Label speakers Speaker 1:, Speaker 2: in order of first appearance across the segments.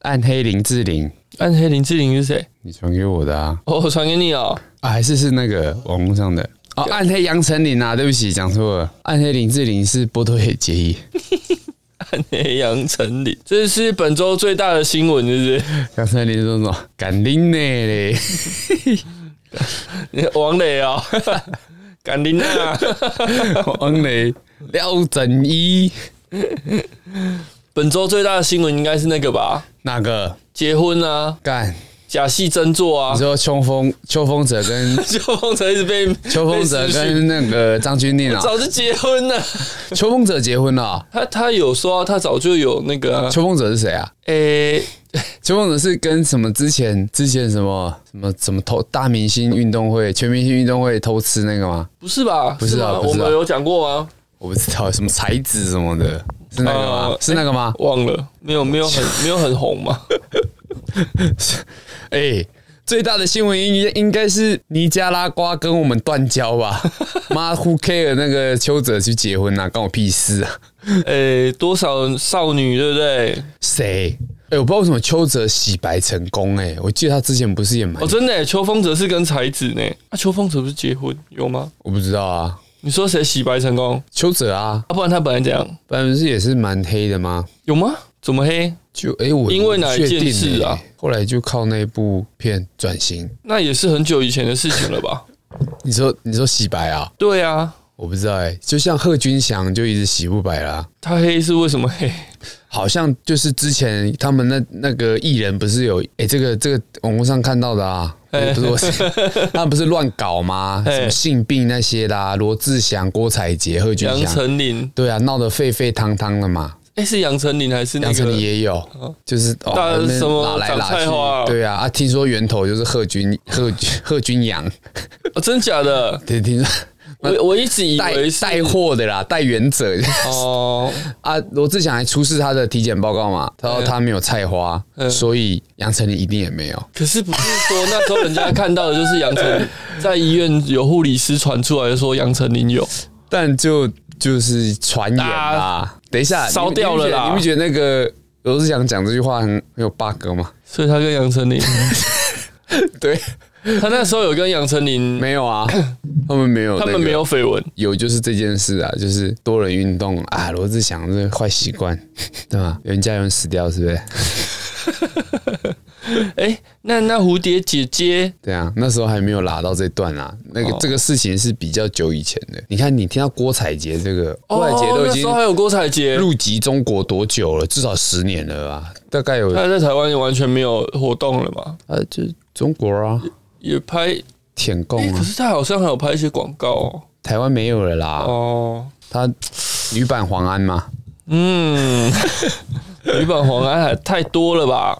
Speaker 1: 暗黑林志玲，
Speaker 2: 暗黑林志玲是谁？
Speaker 1: 你传给我的啊，
Speaker 2: 哦，我传给你哦。
Speaker 1: 啊还是是那个网络上的哦，暗黑杨丞琳啊，对不起，讲错了，暗黑林志玲是波多野结衣，
Speaker 2: 暗黑杨丞琳，这是本周最大的新闻，是
Speaker 1: 杨丞琳说什么？敢拎呢嘞？
Speaker 2: 不是？王磊哦，甘琳
Speaker 1: 啊
Speaker 2: 娜。
Speaker 1: 王雷廖整一
Speaker 2: 本周最大的新闻应该是那个吧？
Speaker 1: 那个
Speaker 2: 结婚啊，
Speaker 1: 干？
Speaker 2: 假戏真做啊
Speaker 1: 你。说秋风秋风者跟
Speaker 2: 秋风者一直被
Speaker 1: 秋风者
Speaker 2: 被私讯
Speaker 1: 跟那个张钧甯啊，
Speaker 2: 早就结婚了。
Speaker 1: 秋风者结婚了啊、
Speaker 2: 他他有说啊、他早就有那个啊
Speaker 1: 秋风者是谁啊？
Speaker 2: 诶、
Speaker 1: 秋风者是跟什么之前之前什么什么什么偷大明星运动会全明星运动会偷吃那个吗？
Speaker 2: 不是吧？
Speaker 1: 不是啊
Speaker 2: 吗
Speaker 1: 不
Speaker 2: 我
Speaker 1: 是啊
Speaker 2: 们有讲过吗？
Speaker 1: 我不知道什么才子什么的，是那个吗
Speaker 2: 呃？
Speaker 1: 是那个吗？
Speaker 2: 忘了，没有没有很没有很红嘛。
Speaker 1: 哎、最大的新闻应应该是尼加拉瓜跟我们断交 吧？妈，Who care 那个邱泽去结婚啊，关我屁事啊！
Speaker 2: 诶、多少少女对不对？
Speaker 1: 谁？哎、我不知道为什么邱泽洗白成功、哎，我记得他之前不是也蛮……
Speaker 2: 哦，真的耶，秋风者是跟才子呢。啊，秋风者不是结婚有吗？
Speaker 1: 我不知道啊，
Speaker 2: 你说谁洗白成功？
Speaker 1: 邱泽啊，
Speaker 2: 啊，不然他本来怎样？
Speaker 1: 不然不是也是蛮黑的吗？
Speaker 2: 有吗？怎么黑？
Speaker 1: 就哎、我
Speaker 2: 因为哪一件事啊
Speaker 1: 我不确定哎后来就靠那部片转型。
Speaker 2: 那也是很久以前的事情了吧？
Speaker 1: 你说你说洗白啊？
Speaker 2: 对啊，
Speaker 1: 我不知道哎、就像贺军翔就一直洗不白啦、
Speaker 2: 他黑是为什么黑？
Speaker 1: 好像就是之前他们那那个艺人不是有哎、这个这个网络上看到的啊，
Speaker 2: 哎
Speaker 1: 不是我， 他们不是乱搞吗？
Speaker 2: 哎
Speaker 1: 什么性病那些的、啊，罗志祥、郭采洁、贺军
Speaker 2: 杨
Speaker 1: 翔，
Speaker 2: 丞琳？
Speaker 1: 对啊，闹得沸沸汤汤的嘛。
Speaker 2: 诶、是杨丞琳还是那
Speaker 1: 杨丞琳
Speaker 2: 个？
Speaker 1: 也有，就是哦
Speaker 2: 大
Speaker 1: 那边
Speaker 2: 什么
Speaker 1: 拉来
Speaker 2: 长
Speaker 1: 拉
Speaker 2: 菜花啊
Speaker 1: 去，对啊啊，听说源头就是贺军 贺贺军阳，
Speaker 2: 哦，真假的？
Speaker 1: 对，听说
Speaker 2: 我我一直以
Speaker 1: 带
Speaker 2: 为是
Speaker 1: 带货的啦，带原者
Speaker 2: 哦，
Speaker 1: 啊，罗志祥还出示他的体检报告嘛，他
Speaker 2: 哎
Speaker 1: 说他没有菜花，所以杨丞琳一定也没有。
Speaker 2: 可是不是说那时候人家看到的就是杨丞 琳在医院有护理师传出来说杨丞琳有，
Speaker 1: 但就就是传言啦。等一下，
Speaker 2: 烧掉了啦
Speaker 1: 你不觉得你不觉得那个罗志祥讲这句话很很有 bug 吗？
Speaker 2: 所以他跟 杨丞琳，
Speaker 1: 对，
Speaker 2: 他那时候有跟杨丞琳，
Speaker 1: 没有 啊，他们没有、
Speaker 2: 他们没，有绯闻，
Speaker 1: 有就是这件事啊，就是多人运动啊，罗志祥这坏习惯， 对吧？人家有人死掉，是不是？
Speaker 2: 哎、那那蝴蝶姐姐
Speaker 1: 对啊，那时候还没有拉到这段啊。那个、
Speaker 2: 哦
Speaker 1: 这个事情是比较久以前的。你看，你听到郭采洁这个，郭采洁都已
Speaker 2: 哦那时
Speaker 1: 经
Speaker 2: 候还有郭采洁，
Speaker 1: 入籍中国多久了？至少十年了啊，大概有
Speaker 2: 她在台湾也完全没有活动了嘛，
Speaker 1: 呃，就中国啊，
Speaker 2: 也拍，
Speaker 1: 舔
Speaker 2: 哎
Speaker 1: 共
Speaker 2: 可
Speaker 1: 啊，
Speaker 2: 是她好像还有拍一些广告哦，
Speaker 1: 台湾没有了啦。
Speaker 2: 哦，
Speaker 1: 他女版黄安嘛，
Speaker 2: 嗯， 女版黄安还太多了吧，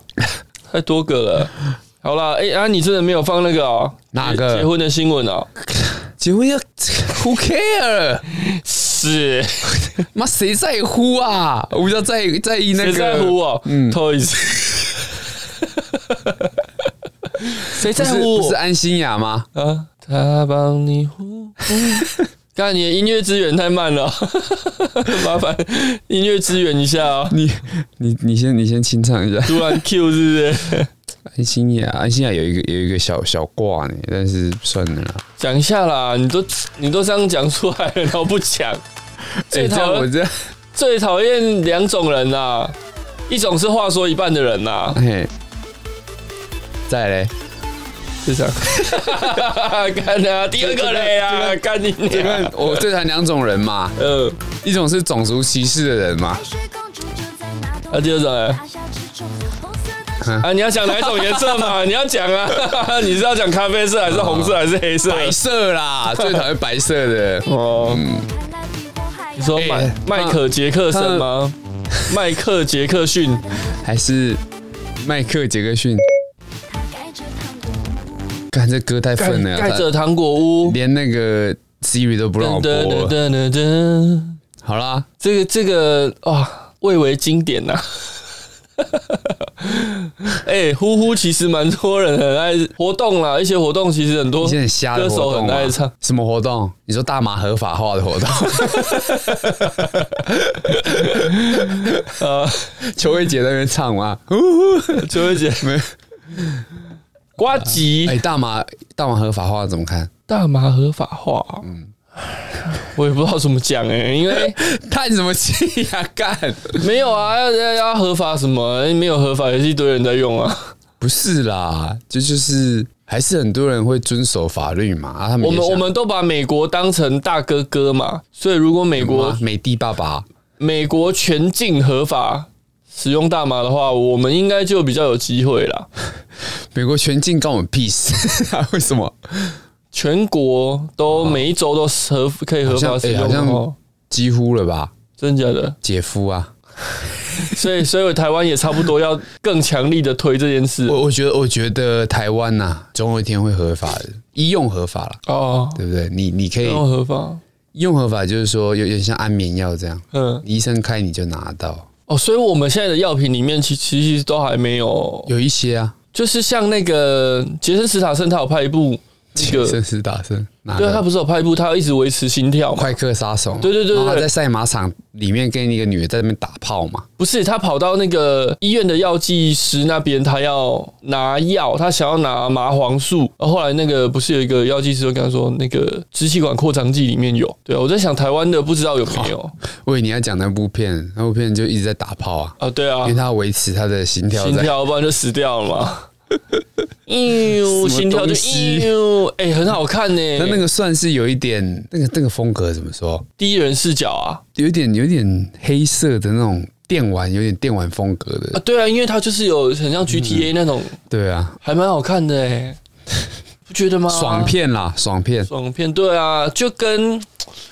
Speaker 2: 太多个了。好啦，哎、啊，你真的没有放那个哦，
Speaker 1: 哪个
Speaker 2: 结婚的新闻哦？
Speaker 1: 结婚要 who care？
Speaker 2: 是
Speaker 1: 妈谁在乎啊？我比较在在意那
Speaker 2: 谁
Speaker 1: 个
Speaker 2: 在乎哦？嗯，Toys，谁在
Speaker 1: 不是
Speaker 2: 乎
Speaker 1: 不
Speaker 2: 我
Speaker 1: 是安心雅吗？
Speaker 2: 啊？他帮你呼。 刚才你的音乐资源太慢了， 麻烦音乐支援一下哦。
Speaker 1: 你你你先你先清唱一下
Speaker 2: 突然 Q 是不是？
Speaker 1: 安心雅，安心雅有一个有一个小小挂呢，但是算了啦。
Speaker 2: 讲一下啦，你都你都这样讲出来了，然后不讲，
Speaker 1: 哎、
Speaker 2: 最
Speaker 1: 这
Speaker 2: 讨
Speaker 1: 样我这样，
Speaker 2: 最讨厌两种人呐、一种是话说一半的人啊呐、
Speaker 1: 嘿，再嘞，
Speaker 2: 是这样。 干啊，第二个嘞啊，干你
Speaker 1: 这个
Speaker 2: 娘！
Speaker 1: 我最谈两种人嘛，
Speaker 2: 呃，
Speaker 1: 一种是种族歧视的人嘛，
Speaker 2: 啊，第二种嘞，
Speaker 3: 嗯
Speaker 2: 啊，你要讲哪一种颜色嘛？你要讲啊， 你是要讲咖啡色还是红色还是黑色？
Speaker 1: 白色啦，最讨厌白色的。
Speaker 2: 哦，你说
Speaker 1: 哎
Speaker 2: 麦麦克杰克森 吗？麦克杰克逊，
Speaker 1: 还是迈克杰克逊？看这歌太
Speaker 2: 盖
Speaker 1: 愤了，啊
Speaker 2: 盖
Speaker 1: 他
Speaker 2: 着糖果屋，
Speaker 1: 连那个 Siri 都不让我
Speaker 2: 噔
Speaker 1: 播
Speaker 2: 噔噔
Speaker 1: 了。
Speaker 2: 噔噔噔，
Speaker 1: 好啦，
Speaker 2: 这个这个哇，蔚为经典呐、哎、啊 哎、呼呼，其实蛮多人很爱活动啦，一些活动其实很多
Speaker 1: 一些很瞎的
Speaker 2: 歌
Speaker 1: 活
Speaker 2: 手
Speaker 1: 动、
Speaker 2: 很
Speaker 1: 啊，
Speaker 2: 爱唱。
Speaker 1: 什么活动？你说大麻合法化的 活动？
Speaker 2: 呃，
Speaker 1: 邱慧姐在那边唱吗？
Speaker 2: 邱慧姐
Speaker 1: 没有
Speaker 2: 瓜吉、
Speaker 1: 哎、大麻大麻合法化怎么看？
Speaker 2: 大麻合法化，嗯，我也不知道怎么讲哎、因为
Speaker 1: 叹什么气
Speaker 2: 啊
Speaker 1: 呀、干，
Speaker 2: 没有啊，要要要合法什么？哎没有合法也是一堆人在用啊。
Speaker 1: 不是啦，这就是还是很多人会遵守法律嘛。啊，他们
Speaker 2: 我
Speaker 1: 也
Speaker 2: 们
Speaker 1: 想
Speaker 2: 我们都把美国当成大哥哥嘛，所以如果美国
Speaker 1: 哇美帝爸爸
Speaker 2: 美
Speaker 1: 啊
Speaker 2: 国全境合法使用大麻的话，我们应该就比较有机会啦。
Speaker 1: 美国全境关我们屁事， 为什么？
Speaker 2: 全国都每一州都合可以合法
Speaker 1: 好像
Speaker 2: 使用
Speaker 1: 哎好像
Speaker 2: 哦，
Speaker 1: 几乎了吧，
Speaker 2: 真假的？
Speaker 1: 姐夫啊，
Speaker 2: 所以，所以台湾也差不多要更强力的推这件事
Speaker 1: 我我觉得我觉得台湾呐、啊总有一天会合法的，医用合法了，
Speaker 2: 哦，
Speaker 1: 对不对？你你可以
Speaker 2: 要合法，
Speaker 1: 医用合法，就是说有点像安眠药这样，
Speaker 2: 嗯，
Speaker 1: 医生开你就拿到，
Speaker 2: 哦，所以我们现在的药品里面其其实都还没有，
Speaker 1: 有一些啊，
Speaker 2: 就是像那个杰森·斯坦森，他有拍一部那
Speaker 1: 杰
Speaker 2: 个，
Speaker 1: 森斯打森，拿
Speaker 2: 对他
Speaker 1: 的
Speaker 2: 不是有拍一部，他要一直维持心跳嘛，
Speaker 1: 快客杀手嘛，
Speaker 2: 对对对对
Speaker 1: 然后他
Speaker 2: 对
Speaker 1: 在赛马场里面跟一个女的在那边打炮嘛，
Speaker 2: 不是，他跑到那个医院的药剂师那边，他要拿药，他想要拿麻黄素。然后后来那个不是有一个药剂师就跟他说，那个支气管扩张剂里面有。对啊，我在想台湾的不知道有没有
Speaker 1: 喂，你要讲那部片，那部片就一直在打炮啊，
Speaker 2: 啊？对啊
Speaker 1: 因为，他要维持他的心跳
Speaker 2: 心
Speaker 1: 在。
Speaker 2: 跳，不然就死掉了嘛。 呦，
Speaker 1: 什么
Speaker 2: 心跳就
Speaker 1: 东西
Speaker 2: 呦，哎、很好看呢、
Speaker 1: 那那个算是有一点，那个那个风格怎么说？
Speaker 2: 第一人视角啊
Speaker 1: 有一点有一点黑色的那种电玩，有点电玩风格的
Speaker 2: 啊，，对啊，因为它就是有很像
Speaker 1: 嗯
Speaker 2: GTA 那种，
Speaker 1: 对啊，
Speaker 2: 还蛮好看的哎、 不觉得吗？
Speaker 1: 爽片啦，爽片。
Speaker 2: 爽片，对啊，就跟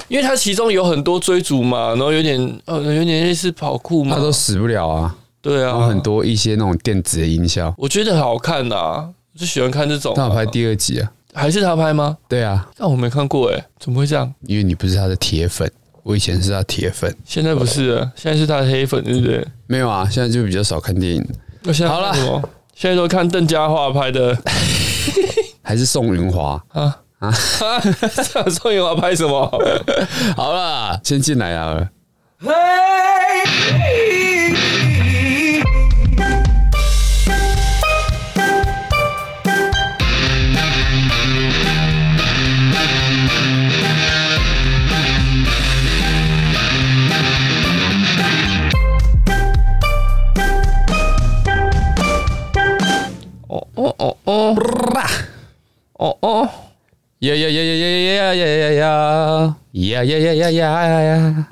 Speaker 2: 因为它其中有很多追逐嘛，然后有点呃有点类似跑酷嘛
Speaker 1: 他，都死不了啊，
Speaker 2: 对
Speaker 1: 然
Speaker 2: 啊，
Speaker 1: 后很，多一些那种电子的音效。
Speaker 2: 我觉得很好看呐、我就喜欢看这种、
Speaker 1: 他
Speaker 2: 啊
Speaker 1: 有。拍第二集啊，
Speaker 2: 还是他拍吗？
Speaker 1: 对啊，
Speaker 2: 但我没看过哎、怎么会这样？
Speaker 1: 因为你不是他的铁粉，我以前是他铁粉，
Speaker 2: 现在不是了，现在是他的黑粉，对不对？
Speaker 1: 没有啊，现在就比较少看电影，
Speaker 2: 那现在
Speaker 1: 好啦
Speaker 2: 看什么，现在都看邓家华拍 的
Speaker 1: 还是宋云华。
Speaker 2: 啊啊，宋雨华拍什么？
Speaker 1: 好了，先进来啊，
Speaker 2: 哦哦哦哦哦哦
Speaker 1: 呀呀呀呀呀呀呀呀呀呀呀呀呀呀呀呀！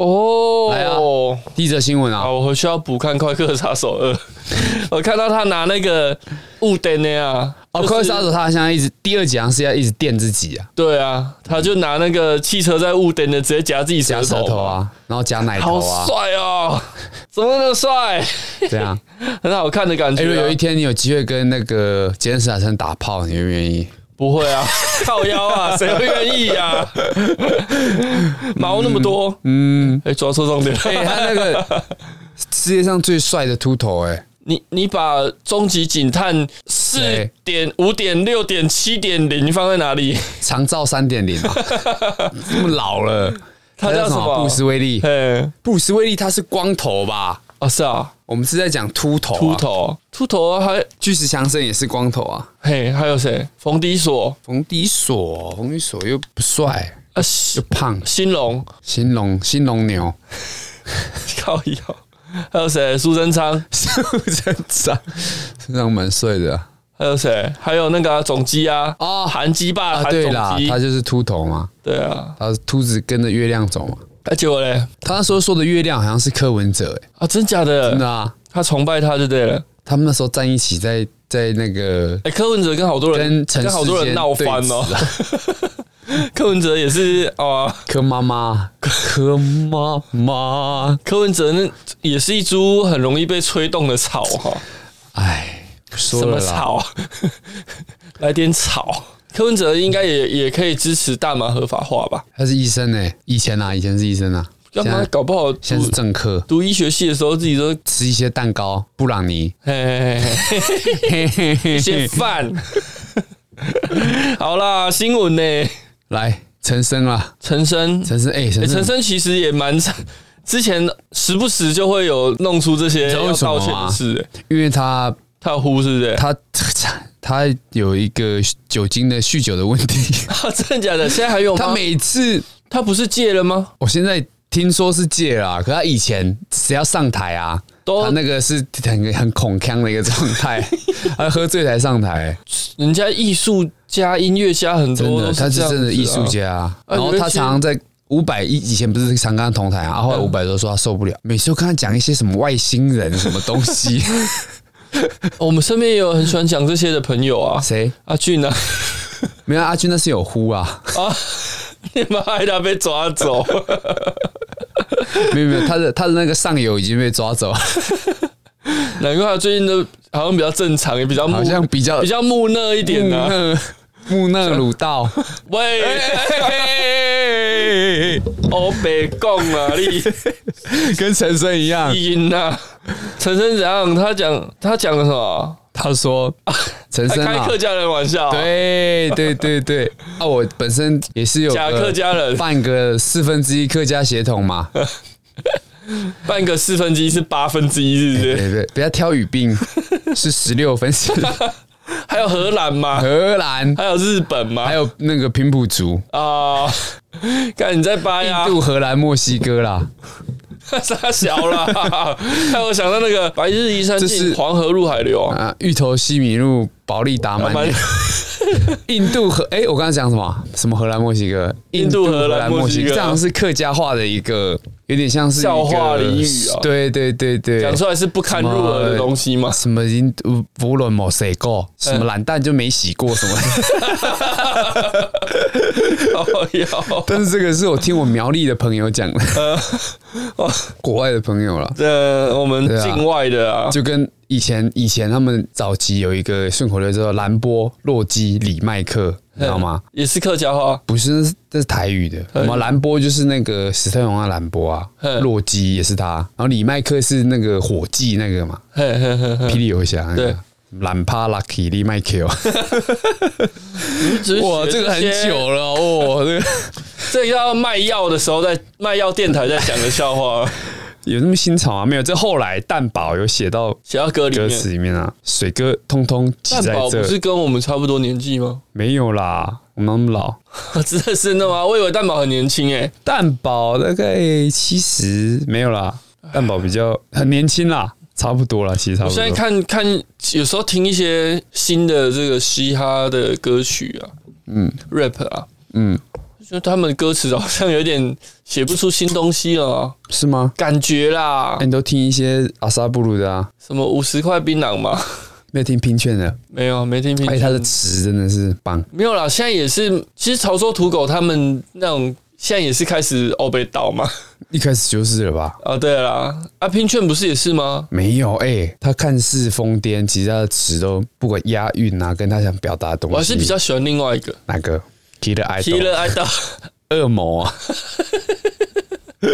Speaker 1: 来啊
Speaker 2: 哦。
Speaker 1: 第一则新闻
Speaker 2: 啊，
Speaker 1: 啊，
Speaker 2: 我回去要补看《快客杀手二》， 我看到他拿那个雾灯的啊，
Speaker 1: 哦，
Speaker 2: 就是
Speaker 1: 快乐杀手他现在一直第二集好像是要一直电自己啊，
Speaker 2: 对啊，他就拿那个汽车在雾灯的直接夹自己
Speaker 1: 夹
Speaker 2: 舌
Speaker 1: 舌头
Speaker 2: 头，
Speaker 1: 啊，然后夹奶头
Speaker 2: 好
Speaker 1: 啊，
Speaker 2: 帅哦，怎么那么帅，
Speaker 1: 这样。
Speaker 2: 很好看的感
Speaker 1: 哎，
Speaker 2: 觉、
Speaker 1: 如
Speaker 2: 啊。
Speaker 1: 果有一天你有机会跟那个杰森斯坦森打炮，你会愿意？
Speaker 2: 不会 啊，靠腰啊，谁会愿意呀、啊？毛那么多，嗯，哎、抓错重点了。
Speaker 1: 哎，他那个世界上最帅的秃头，哎，
Speaker 2: 你你把《终极警探》四
Speaker 1: 谁
Speaker 2: 点、五点、六点、七点零放在哪里？
Speaker 1: 长照三点零，啊 这么老了，
Speaker 2: 他叫什么
Speaker 1: 布斯威利，
Speaker 2: 哎，
Speaker 1: 布斯威利他是光头吧？
Speaker 2: 哦，是啊，
Speaker 1: 我们是在讲秃头，啊
Speaker 2: 秃，头，秃头还
Speaker 1: 巨石强森也是光头啊。
Speaker 2: 嘿，还有谁？冯迪索
Speaker 1: 冯迪索，冯迪索又不帅
Speaker 2: 啊，
Speaker 1: 又
Speaker 2: 新
Speaker 1: 胖，
Speaker 2: 新龙
Speaker 1: 新龙新龙牛，
Speaker 2: 靠腰，还有谁？苏贞昌，
Speaker 1: 身长身长蛮帅的啊
Speaker 2: 还有谁？还有那个啊、总机啊，
Speaker 1: 哦
Speaker 2: 韩鸡霸，
Speaker 1: 啊。
Speaker 2: 韩
Speaker 1: 对啦
Speaker 2: 总，机
Speaker 1: 他，就是秃头嘛，
Speaker 2: 对啊，
Speaker 1: 他是秃子跟着月亮走嘛。
Speaker 2: 啊，结果嘞，
Speaker 1: 他那时候说的月亮好像是柯文哲、欸，
Speaker 2: 啊，真假的，
Speaker 1: 真的啊。
Speaker 2: 他崇拜他就对了。
Speaker 1: 他们那时候站一起在在那个
Speaker 2: 哎、柯文哲跟好多人
Speaker 1: 跟陈世
Speaker 2: 好多人
Speaker 1: 坚
Speaker 2: 闹
Speaker 1: 对
Speaker 2: 翻哦
Speaker 1: 峙。啊
Speaker 2: 柯文哲也是哦，
Speaker 1: 柯妈妈， 柯妈妈，
Speaker 2: 柯文哲那也是一株很容易被吹动的草哈、哦。
Speaker 1: 哎，不说
Speaker 2: 什
Speaker 1: 了
Speaker 2: 么
Speaker 1: 啦。
Speaker 2: 草？ 来点草。柯文哲应该也也可以支持大麻合法化吧？
Speaker 1: 他是医生哎、欸，以前啊，以前是医生啊，
Speaker 2: 要不然搞不好
Speaker 1: 现在
Speaker 2: 读
Speaker 1: 是政客，
Speaker 2: 读医学系的时候自己都
Speaker 1: 吃一些蛋糕、布朗尼，
Speaker 2: 嘿嘿嘿嘿
Speaker 1: 嘿嘿嘿
Speaker 2: 一些
Speaker 1: 嘿
Speaker 2: 饭。 好啦，新闻呢、
Speaker 1: 来陈升啦，
Speaker 2: 陈生，
Speaker 1: 陈升哎，
Speaker 2: 欸
Speaker 1: 陈
Speaker 2: 陈
Speaker 1: 升
Speaker 2: 生其实也蛮惨，之前时不时就会有弄出这些
Speaker 1: 知道为
Speaker 2: 要
Speaker 1: 什么
Speaker 2: 道
Speaker 1: 吗
Speaker 2: 歉的事、欸，
Speaker 1: 因为他
Speaker 2: 他有呼是不是？
Speaker 1: 他 他有一个酒精的酗酒的问 题，
Speaker 2: 他真的假的？现在还有吗？
Speaker 1: 他每次
Speaker 2: 他不是戒了吗？
Speaker 1: 我现在听说是戒了啊、可他以前只要上台啊，
Speaker 2: 都
Speaker 1: 他那个是很很恐腔的一个状 态，他喝醉才上台，
Speaker 2: 人家艺术家、音乐家很
Speaker 1: 真
Speaker 2: 多
Speaker 1: 的，
Speaker 2: 都
Speaker 1: 他是
Speaker 2: 这样子啊哎
Speaker 1: 真的艺术。家啊。然后他常常在五百以以前不是常跟他同台啊，啊后来
Speaker 2: 嗯
Speaker 1: 五百都说他受不了，每次都跟他讲一些什么外星人什么东西，
Speaker 2: 哦我们身边也有很喜欢讲这些的朋 友啊，
Speaker 1: 谁
Speaker 2: 阿俊啊，
Speaker 1: 没有阿军那是有呼啊，
Speaker 2: 啊， 你妈害他被抓走。
Speaker 1: 没有没有，他的他的那个上游已经被抓走了，
Speaker 2: 难怪他最近都好像比较正常，也比较木呃
Speaker 1: 好像比嗯较
Speaker 2: 比较木讷一点
Speaker 1: 木
Speaker 2: 呢、啊。
Speaker 1: 讷木讷鲁道，
Speaker 2: 喂，
Speaker 1: 哎
Speaker 2: 欧北共啊，你
Speaker 1: 跟陈升一样，
Speaker 2: 赢呐！陈生怎样？他讲他讲了什么？
Speaker 1: 他说陈
Speaker 2: 他
Speaker 1: 升
Speaker 2: 开
Speaker 1: 啊
Speaker 2: 客。家人玩笑，，
Speaker 1: 对对对对，啊，我本身也是有
Speaker 2: 假
Speaker 1: 个
Speaker 2: 客家人
Speaker 1: 半个四分之一客家血统嘛，
Speaker 2: 半个四分之一是八分之一，是不是？
Speaker 1: 对对，不要挑语病，是十六分之一哎
Speaker 2: 还有荷兰嘛，
Speaker 1: 荷兰，
Speaker 2: 还有日本嘛，
Speaker 1: 还有那个平埔族、
Speaker 2: 啊， 看你在掰
Speaker 1: 印
Speaker 2: 啊，
Speaker 1: 度、荷兰、墨西哥啦，
Speaker 2: 傻小啦！ 害我想到那个白日依山
Speaker 1: 这是
Speaker 2: 尽，黄河入海流啊，
Speaker 1: 啊，芋头、西米露、保利达
Speaker 2: 蛮
Speaker 1: 满，印度和哎，我刚才讲什么？什么荷兰、墨西哥？
Speaker 2: 印度荷兰墨西哥
Speaker 1: 这样是客家话的一个，有点像是一个
Speaker 2: 笑话俚语啊
Speaker 1: 对对对对，
Speaker 2: 讲出来是不堪入耳的东西嘛。
Speaker 1: 什么印度无论没洗过，
Speaker 2: 嗯
Speaker 1: 什么懒蛋就没洗过什么。
Speaker 2: 哦哟，
Speaker 1: 但是这个是我听我苗栗的朋友讲 的，
Speaker 2: 哦
Speaker 1: 国外的朋友了。
Speaker 2: 这我们
Speaker 1: 对啊
Speaker 2: 境外的啊，
Speaker 1: 就跟以前以前他们早期有一个顺口溜叫做兰波、洛基、李麦克，你知道吗？
Speaker 2: 也是客家话，
Speaker 1: 不是，这是台语的。
Speaker 2: 嗯
Speaker 1: 什么兰波就是那个史泰龙啊，兰波啊
Speaker 2: 嗯，
Speaker 1: 洛基也是他，然后李麦克是那个火计那个嘛，
Speaker 2: 嘿嘿嘿嘿
Speaker 1: 霹雳游侠那
Speaker 2: 对
Speaker 1: 个。兰帕拉 k 利麦克，
Speaker 2: 只 是
Speaker 1: 哇，
Speaker 2: 学
Speaker 1: 这个很
Speaker 2: 些
Speaker 1: 久了哦，这个
Speaker 2: 这个要卖药的时候在卖药电台在讲的 笑话，
Speaker 1: 有那么新潮啊？没有，这后来蛋堡有写到
Speaker 2: 写到歌里
Speaker 1: 歌
Speaker 2: 面。
Speaker 1: 词里面啊，水哥通通挤
Speaker 2: 蛋
Speaker 1: 在
Speaker 2: 宝不
Speaker 1: 这
Speaker 2: 是，跟我们差不多年纪吗？
Speaker 1: 没有啦，我们那么老。
Speaker 2: 真的是的吗？我以为蛋宝很年轻欸诶、
Speaker 1: 蛋堡大概七十，没有啦，蛋堡比较很年轻啦，差不多啦，其实差
Speaker 2: 我
Speaker 1: 不
Speaker 2: 现在
Speaker 1: 多。
Speaker 2: 看看，有时候听一些新的这个嘻哈的歌曲啊，嗯，rap 啊，
Speaker 1: 嗯，
Speaker 2: 就他们的歌词好像有点写不出新东西了啊、
Speaker 1: 是吗？
Speaker 2: 感觉啦
Speaker 1: 啊那，你都听一些阿萨布鲁的啊，
Speaker 2: 什么五十块槟榔嘛，
Speaker 1: 没有听拼券的。
Speaker 2: 没有没听
Speaker 1: 哎，
Speaker 2: 听。
Speaker 1: 他的词真的是棒，
Speaker 2: 没有啦，现在也是，其实潮州土狗他们那种现在也是开始欧被倒嘛。
Speaker 1: 一开始就是了吧？
Speaker 2: 啊，对啦，啊，拼券不是也是吗？
Speaker 1: 没有哎、他看似疯癫，其实他的词都不管押韵啊，跟他想表达的东西，
Speaker 2: 我还是比较喜欢另外一个
Speaker 1: 哪个 Killer
Speaker 2: Killer
Speaker 1: Idol
Speaker 2: Idol。
Speaker 1: 恶魔啊，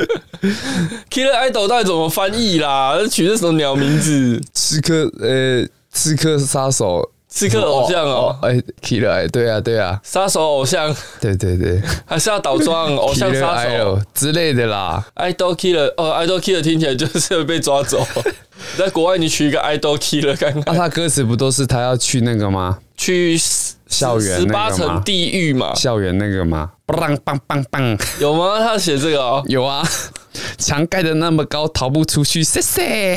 Speaker 2: Killer Idol 到底怎么翻译啦？取这什么鸟名字？
Speaker 1: 刺客呃刺客杀手
Speaker 2: 刺客偶像哦，
Speaker 1: 哎、k i l l e r 对啊对啊
Speaker 2: 杀手偶像，
Speaker 1: 对对对，
Speaker 2: 还是要倒装偶像杀 手
Speaker 1: Idol 之类的啦。
Speaker 2: ？Idol Killer 哦，Idol Killer 听起来就是会被 抓走。你在国外你取一个 Idol Killer 看
Speaker 1: 那、
Speaker 2: 看，
Speaker 1: 啊他歌词不都是他要去那个吗？
Speaker 2: 去十
Speaker 1: 校园
Speaker 2: 十
Speaker 1: 那
Speaker 2: 八
Speaker 1: 个
Speaker 2: 层
Speaker 1: 吗？
Speaker 2: 地狱嘛？
Speaker 1: 校园那个 吗？梆梆梆梆，
Speaker 2: 有吗？他写这个哦，
Speaker 1: 有啊， 墙盖的那么高，逃不出去，谢 谢。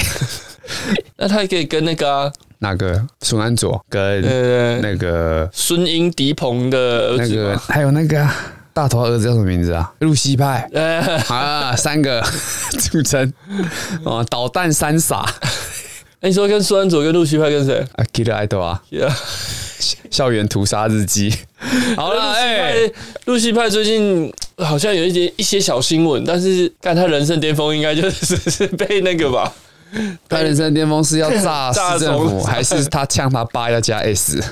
Speaker 2: 那他也可以跟那个啊
Speaker 1: 那个孙安佐跟
Speaker 2: 呃
Speaker 1: 那个
Speaker 2: 孙英迪鹏的儿
Speaker 1: 那
Speaker 2: 子
Speaker 1: 个
Speaker 2: 嘛，
Speaker 1: 还有那个啊大头儿子叫什么名字啊？露西派
Speaker 2: 呃，
Speaker 1: 啊，三个 组成啊，导弹三 傻啊
Speaker 2: 那你说跟孙安佐跟陆西派跟谁？
Speaker 1: ，Killer Idol 啊，校园屠杀日记。 好
Speaker 2: 好
Speaker 1: 了，
Speaker 2: 了，
Speaker 1: 哎、
Speaker 2: 哎，陆西派最近呃 好像有一些一些小新闻，但是看他人生巅峰应该就是是被那个吧，
Speaker 1: 他人生巅峰是要 炸
Speaker 2: 炸
Speaker 1: 市政府，
Speaker 2: 总
Speaker 1: 还是他呛他爸要加 S？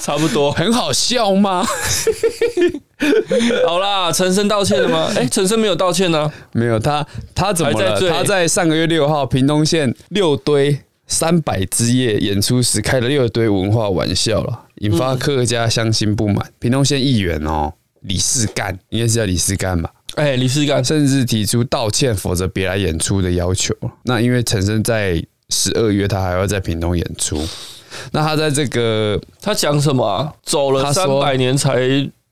Speaker 2: 差不多。
Speaker 1: 哦很好笑吗？
Speaker 2: 好啦，陈升道歉了 吗？哎、陈升没有道歉呢、
Speaker 1: 没有，他他怎么
Speaker 2: 还在
Speaker 1: 了？
Speaker 2: 醉
Speaker 1: 他在上个月六号屏东县六堆三百之夜演出时开了六堆文化玩笑了，引发客家乡亲不满。屏东县议员哦，李世干应该是叫李世干吧，啊
Speaker 2: 哎、李世干，
Speaker 1: 甚至提出道歉，否则别来演出的要求。那因为陈升在十二月他还要在屏东演出，那他在这个
Speaker 2: 他讲什么啊？走了
Speaker 1: 他
Speaker 2: 三
Speaker 1: 说
Speaker 2: 百年才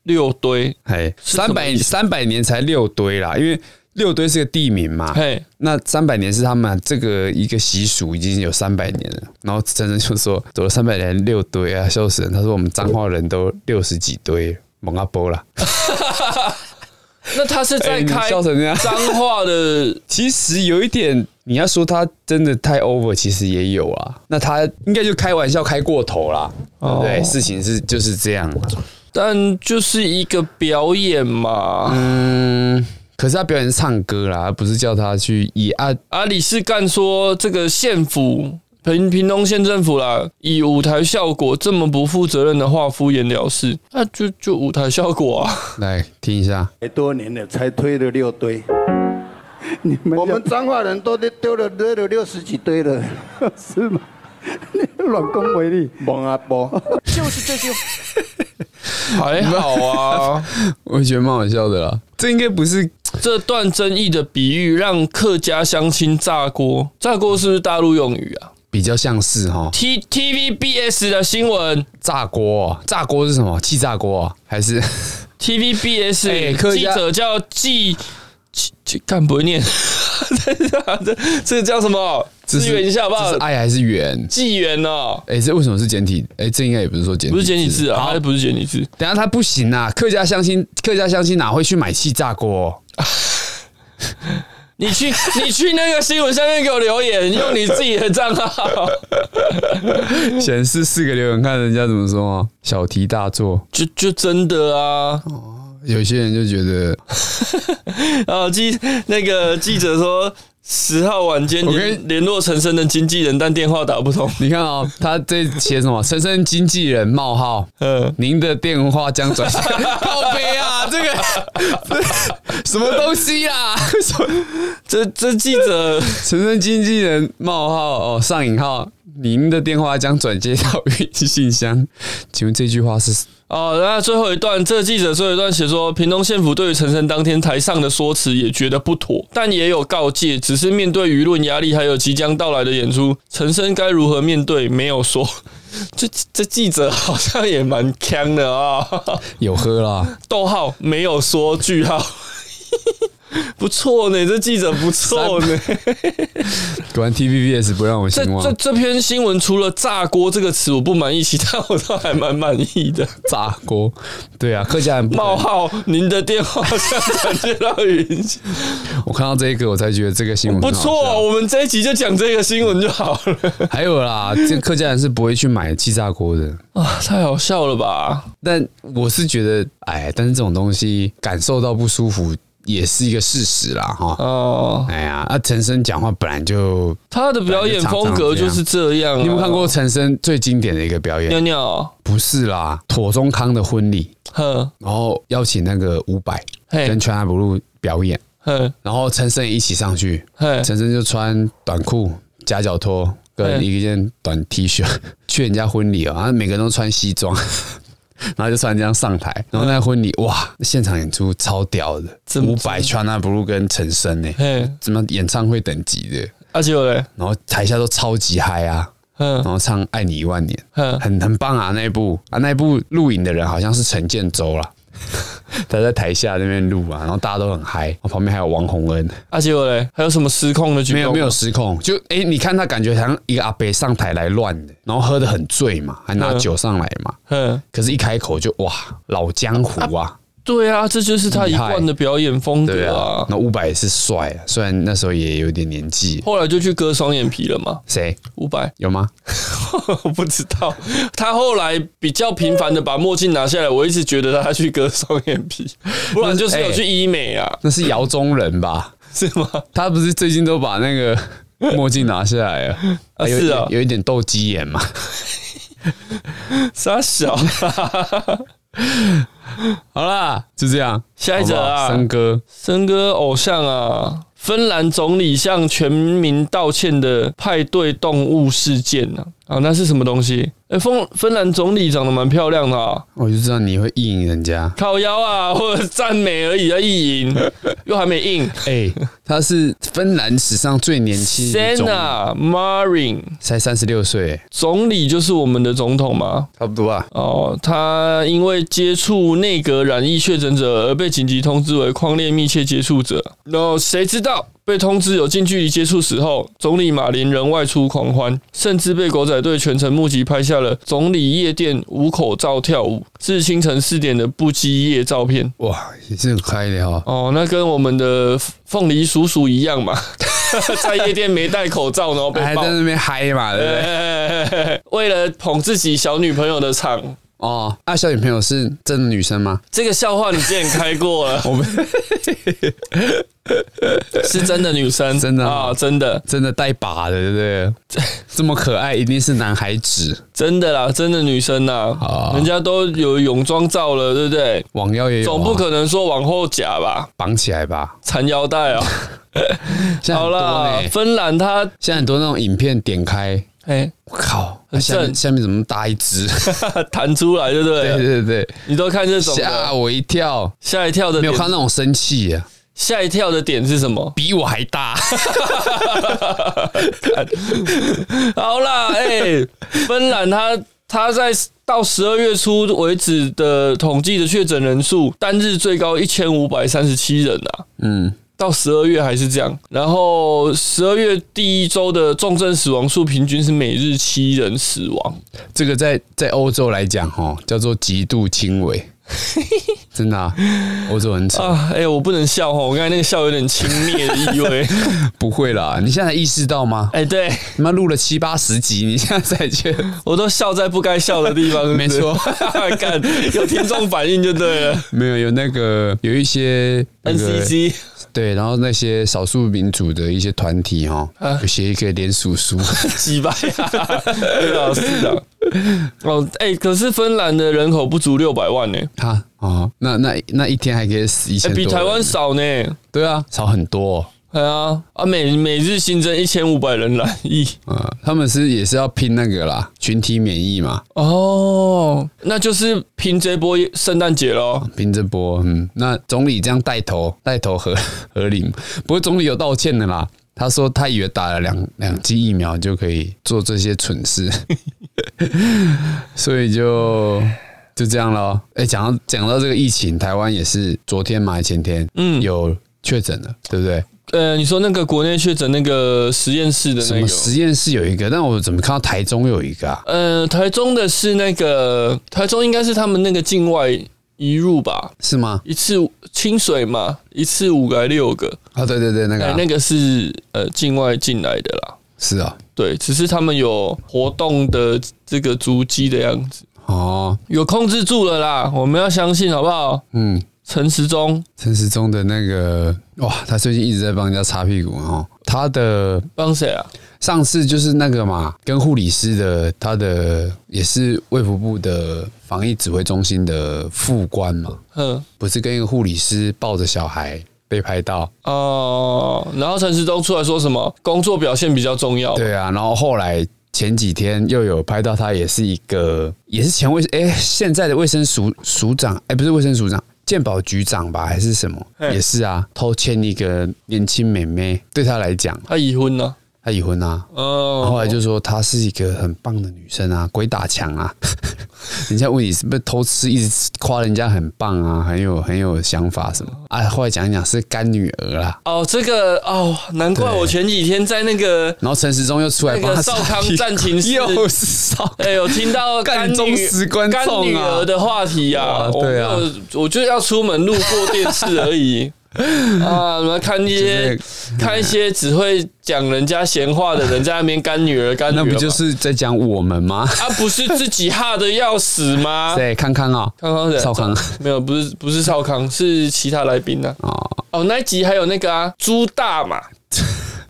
Speaker 2: 六堆，
Speaker 1: 哎
Speaker 2: 是什
Speaker 1: 三
Speaker 2: 么
Speaker 1: 百
Speaker 2: 意思
Speaker 1: 三百年才六堆啦，因为六堆是个地名嘛，
Speaker 2: 嘿，
Speaker 1: 那三百年是他们这个一个习俗，已经有三百年了。然后陈真就说走了三百年六堆啊，笑死人！他说我们彰化人都六十几堆，蒙阿波啦。
Speaker 2: 那他是在
Speaker 1: 哎你
Speaker 2: 开
Speaker 1: 笑成这样，
Speaker 2: 脏话的，
Speaker 1: 其实有一点，你要说他真的太 over，其实也有啊。那他应该就开玩笑开过头啦，对不对？事情是就是这样。啊
Speaker 2: 但就是一个表演嘛。
Speaker 1: 嗯，可是他表演是唱歌啦，不是叫他去以啊
Speaker 2: 啊，李世干说这个县府屏屏东县政府啦，以舞台效果这么不负责任的话敷衍了事，那就就舞台效果啊。
Speaker 1: 来听一下。
Speaker 4: 哎多年了才推了六堆。你们我们彰化人都丢丢了丢了六十几堆了， 是吗？
Speaker 5: 乱恭维 利，
Speaker 4: 蒙阿波，
Speaker 2: 还好啊，
Speaker 1: 我觉得蛮好笑的啦，这应该不是
Speaker 2: 这段争议的比喻让客家乡亲炸锅，炸锅是不是大陆用语啊
Speaker 1: 比较像是哈。
Speaker 2: ？T T V B S 的新闻
Speaker 1: 炸锅、哦，炸锅是什么？气炸锅、哦、还是？
Speaker 2: ，T V B S
Speaker 1: 哎客
Speaker 2: 记
Speaker 1: 家
Speaker 2: 者叫季。季季干不会念， 这这叫什么？
Speaker 1: 这
Speaker 2: 支
Speaker 1: 是
Speaker 2: 援一下好不好
Speaker 1: 这是？啊爱还是缘？
Speaker 2: 纪元哦，
Speaker 1: 哎、这为什么是简体？哎、这应该也不是说简体，
Speaker 2: 不是简体字啊，
Speaker 1: 好
Speaker 2: 还，不是简体字。
Speaker 1: 等一下他不行啊！客家乡亲，客家乡亲哪会去买气炸锅、
Speaker 2: 你去 你去那个新闻下面给我留言，用你自己的 账号，
Speaker 1: 显示四个留言，看人家怎么说啊？小题大做。
Speaker 2: 就就真的啊。
Speaker 1: 有些人就觉得，
Speaker 2: 然后呃记那个记者说，十号晚间
Speaker 1: 我跟
Speaker 2: 联联络陈升的经纪人，但电话打不通。
Speaker 1: 你看哦，他这写什么？ 陈生经纪人冒号，
Speaker 2: 嗯，
Speaker 1: 您的电话将转 向。靠背啊，这个 什么东西啊？什么
Speaker 2: 这这记者
Speaker 1: 陈生经纪人冒号哦上引号，您的电话将转接到语音信箱。 请问这句话是？
Speaker 2: 哦，那最后一段，这记者最后一段写说，屏东县府对于陈升当天台上的说辞也觉得不妥，但也有告诫，只是面对舆论压力还有即将到来的演出，陈升该如何面对没有说。 这这记者好像也蛮强的啊、
Speaker 1: 有喝啦，
Speaker 2: 逗号没有说句号， 不错呢，这记者不错呢。
Speaker 1: 果然 TVBS 不让我啊
Speaker 2: 这
Speaker 1: 兴
Speaker 2: 这
Speaker 1: 旺。
Speaker 2: 这篇新闻除了“炸锅”这个词我不满意，其他我都还蛮满意的。
Speaker 1: 炸锅，对啊，客家人不
Speaker 2: 冒号，您的电话上传接到语音信，
Speaker 1: 我看到这个， 我才觉得这个新闻
Speaker 2: 不
Speaker 1: 很好笑
Speaker 2: 错、我们这一集就讲这个新闻就好了
Speaker 1: 还有啦，这客家人是不会去买气炸锅的。
Speaker 2: 啊！太好笑了吧？
Speaker 1: 但我是觉得，哎，但是这种东西感受到不舒服也是一个事实啦，哈。
Speaker 2: 哦，
Speaker 1: 哎呀，啊，陈升讲话本来就，
Speaker 2: 他的表演风格就是这样、啊。
Speaker 1: 你有没有看过陈升最经典的一个表演
Speaker 2: 尿？尿？
Speaker 1: 不是啦，妥中康的婚礼，
Speaker 2: 哼
Speaker 1: 然后邀请那个伍佰
Speaker 2: 嘿
Speaker 1: 跟全海不露表演，
Speaker 2: 哼
Speaker 1: 然后陈升也一起上去，
Speaker 2: 嘿，
Speaker 1: 陈升就穿短裤、夹脚拖跟
Speaker 2: 嘿
Speaker 1: 一件短 T 恤 去人家婚礼哦，然后每个人都穿西装， 然后就穿这样上台，然后那婚礼哇，现场演出超屌的，
Speaker 2: 怎么
Speaker 1: 伍佰、全海不露跟陈升呢，
Speaker 2: 嘿，
Speaker 1: 怎么演唱会等级的，
Speaker 2: 阿九嘞，
Speaker 1: 然后台下都超级嗨啊，
Speaker 2: 嗯
Speaker 1: 然后唱《爱你一万年》。
Speaker 2: 哼，
Speaker 1: 很很棒啊那一部啊那一部录影的人好像是陈建州啦， 他在台下那边录啊，然后大家都很嗨，哦我旁边还有王洪恩，
Speaker 2: 阿九嘞，还有什么失控的举动？
Speaker 1: 没有没有失控，就哎、诶你看他感觉好像一个阿伯上台来乱的，然后喝得很醉嘛，还拿
Speaker 2: 嗯
Speaker 1: 酒上来嘛，
Speaker 2: 哼，
Speaker 1: 可是一开口就哇老江湖啊，
Speaker 2: 对啊，这就是他一贯的表演风
Speaker 1: 对
Speaker 2: 格
Speaker 1: 啊
Speaker 2: 啊，。
Speaker 1: 那伍佰也是帅啊，虽然那时候也有点年纪，
Speaker 2: 后来就去割双眼皮了嘛，
Speaker 1: 谁
Speaker 2: 五百，
Speaker 1: 有吗？
Speaker 2: 我不知道。他后来比较频
Speaker 1: 嗯
Speaker 2: 繁的把墨镜拿下来，我一直觉得他去割双眼皮，不然
Speaker 1: 哎
Speaker 2: 就是有去医美啊，
Speaker 1: 那是姚中人吧？
Speaker 2: 是吗？
Speaker 1: 他不是最近都把那个墨镜拿下来了，
Speaker 2: 啊
Speaker 1: 有
Speaker 2: 是啊
Speaker 1: 有有一点斗鸡眼嘛。
Speaker 2: 傻小。啊
Speaker 1: 好啦，就这样，
Speaker 2: 下一则啊
Speaker 1: 好不好森哥，
Speaker 2: 森哥偶像啊，芬兰总理向全民道歉的派对动物事件呢、啊？啊，那是什么东西？哎、芬芬兰总理长得蛮漂亮的啊，
Speaker 1: 我就知道你会意淫人家。
Speaker 2: 靠腰啊， 或者赞美而已啊，意淫又还 没硬。
Speaker 1: 哎、他是芬兰史上最年轻的总理，
Speaker 2: Senna Marin
Speaker 1: 才三十六岁，
Speaker 2: 总理就是我们的总统嘛？
Speaker 1: 差不多啊。
Speaker 2: 哦，他因为接触内阁染疫确诊者而被紧急通知为框列密切接触者。然后谁知道被通知有近距离接触时候，总理马林仍外出狂欢，甚至被狗仔队全程目击拍下了总理夜店无口罩跳舞至清晨四点的不羁夜照片。
Speaker 1: 哇，也是很嗨的哈、哦。
Speaker 2: 哦，那跟我们的凤梨叔叔一样嘛， 在夜店没戴口罩，然后被
Speaker 1: 还
Speaker 2: 爆
Speaker 1: 在。那边嗨嘛，对不对？
Speaker 2: 哎为了捧自己小女朋友的场，
Speaker 1: 哦，啊，小女朋友是真的女生吗？
Speaker 2: 这个笑话你之前开过了，
Speaker 1: 我们
Speaker 2: 是真的女生，
Speaker 1: 真的
Speaker 2: 啊、真的，
Speaker 1: 真的带把的，对不对？这么可爱，一定是男孩子。
Speaker 2: 真的啦，真的女生呐、
Speaker 1: 啊
Speaker 2: 人家都有泳装照了，对不对？
Speaker 1: 网腰也有、啊，
Speaker 2: 总不可能说往后夹吧，
Speaker 1: 绑起来吧？
Speaker 2: 缠腰 带啊。
Speaker 1: 现在
Speaker 2: 好
Speaker 1: 很多
Speaker 2: 啦
Speaker 1: 呢，，
Speaker 2: 芬兰它
Speaker 1: 现在很多那种影片点开，
Speaker 2: 哎
Speaker 1: 我靠，
Speaker 2: 很
Speaker 1: 下面
Speaker 2: 正
Speaker 1: 下面怎么那么大一只？
Speaker 2: 弹出来，对不
Speaker 1: 对
Speaker 2: 对？
Speaker 1: 对对，
Speaker 2: 你都看这种
Speaker 1: 吓
Speaker 2: 的，
Speaker 1: 我一跳，
Speaker 2: 吓一跳的
Speaker 1: 没有
Speaker 2: 点，
Speaker 1: 看那种生气啊，
Speaker 2: 吓一跳的点是 什么？
Speaker 1: 比我还大。
Speaker 2: 好啦，哎、芬兰它它在到十二月初为止的统计的确诊人数，单日最高一千五百三十七人啊。
Speaker 1: 嗯，
Speaker 2: 到十二月还是这样，然后十二月第一周的重症死亡数平均是每日七人死亡，
Speaker 1: 这个在在欧洲来讲，哦，叫做极度轻 微，真的、啊，欧洲很惨。
Speaker 2: 啊，哎、我不能笑哦，我刚才那个笑有点轻蔑的 意味。
Speaker 1: 不会啦，你现在才意识到吗？
Speaker 2: 哎、对
Speaker 1: 你妈录了七八十集，你现在才觉得
Speaker 2: 我都笑在不该笑的地方，是不是
Speaker 1: 没错，
Speaker 2: 干有听众反应就对了。
Speaker 1: 没有有那个有一些那个
Speaker 2: NCC
Speaker 1: 对，然后那些少数民族的一些团体哈、哦，有写一个连署 书，
Speaker 2: 几百啊，对啊，是的。哦，哎、可是芬兰的人口不足六百万呢、
Speaker 1: 他哦，那那那一天还可以死一
Speaker 2: 哎、
Speaker 1: 千多
Speaker 2: 比
Speaker 1: 人，
Speaker 2: 台湾少呢、
Speaker 1: 对啊，少很多、哦。
Speaker 2: 哎呀，啊，每每日新增一千五百人 染疫
Speaker 1: 呃，他们是也是要拼那个啦，群体免疫嘛，
Speaker 2: 哦，那就是拼这波圣诞节喽。
Speaker 1: 拼这波。嗯，那总理这样带头，带头合合理吗。不过总理有道歉的啦，他说他以为打了两两剂疫苗就可以做这些蠢事， 所以就就这样咯。哎、讲到讲到这个疫情，台湾也是昨天嘛，前天嗯有确诊的，对不对？
Speaker 2: 呃，你说那个国内确诊那个实验室的
Speaker 1: 什
Speaker 2: 那
Speaker 1: 么
Speaker 2: 个，
Speaker 1: 实验室有一个，但我怎么看到台中有一个啊？
Speaker 2: 呃，台中的是那个台中应该是他们那个境外移入吧，
Speaker 1: 是吗？
Speaker 2: 一次清水嘛，一次五个还六个，
Speaker 1: 啊、对对对，那个
Speaker 2: 哎、
Speaker 1: 啊、
Speaker 2: 那个是呃境外进来的啦。
Speaker 1: 是啊、
Speaker 2: 对，只是他们有活动的这个足迹的样子，
Speaker 1: 哦，
Speaker 2: 有控制住了啦。我们要相信，好不好？
Speaker 1: 嗯，
Speaker 2: 陈时中
Speaker 1: 陈时中的那个哇，他最近一直在帮人家擦屁股哦。他的
Speaker 2: 帮谁啊？
Speaker 1: 上次就是那个嘛，跟护理师的，他的也是卫福部的防疫指挥中心的副官嘛，
Speaker 2: 嗯
Speaker 1: 不是跟一个护理师抱着小孩被拍到，
Speaker 2: 哦，然后陈时中出来说什么？工作表现比较重要。
Speaker 1: 对啊，然后后来前几天又有拍到他，也是一个也是前卫哎、现在的卫生署署长哎、不是卫生署长。健保局长吧，还是什么？
Speaker 2: 嗯
Speaker 1: 也是啊，偷牵一个年轻妹妹，对他来讲，
Speaker 2: 他已婚了。
Speaker 1: 他已婚啊，
Speaker 2: 哦，
Speaker 1: 后来就说她是一个很棒的女生啊，鬼打墙啊， 人家问你是不是偷吃，一直夸人家很棒啊，很有很有想法什么啊。后来讲一讲是干女儿啦，
Speaker 2: 哦，这个哦，难怪
Speaker 1: 对
Speaker 2: 我前几天在那个
Speaker 1: 然后陈时中又出来
Speaker 2: 那
Speaker 1: 帮
Speaker 2: 个
Speaker 1: 她
Speaker 2: 少
Speaker 1: 擦
Speaker 2: 康
Speaker 1: 屁股
Speaker 2: 战情室，
Speaker 1: 又是少，
Speaker 2: 哎，有听到干
Speaker 1: 干
Speaker 2: 女
Speaker 1: 忠实观众
Speaker 2: 干
Speaker 1: 啊
Speaker 2: 女儿的话题啊，
Speaker 1: 哇对啊
Speaker 2: 我我我就要出门路过电视而 已啊，我们看一些看一些只会讲人家闲话的人在那边干女儿干女儿
Speaker 1: 那
Speaker 2: 嘛，
Speaker 1: 不就是在讲我们吗？
Speaker 2: 啊？不是自己吓得要死吗？
Speaker 1: 对，康康啊、
Speaker 2: 康康人
Speaker 1: 少康
Speaker 2: 没有，不是不是 少康，是其他来宾呢、啊。
Speaker 1: 哦，
Speaker 2: 哦，那一集还有那个啊，朱大嘛，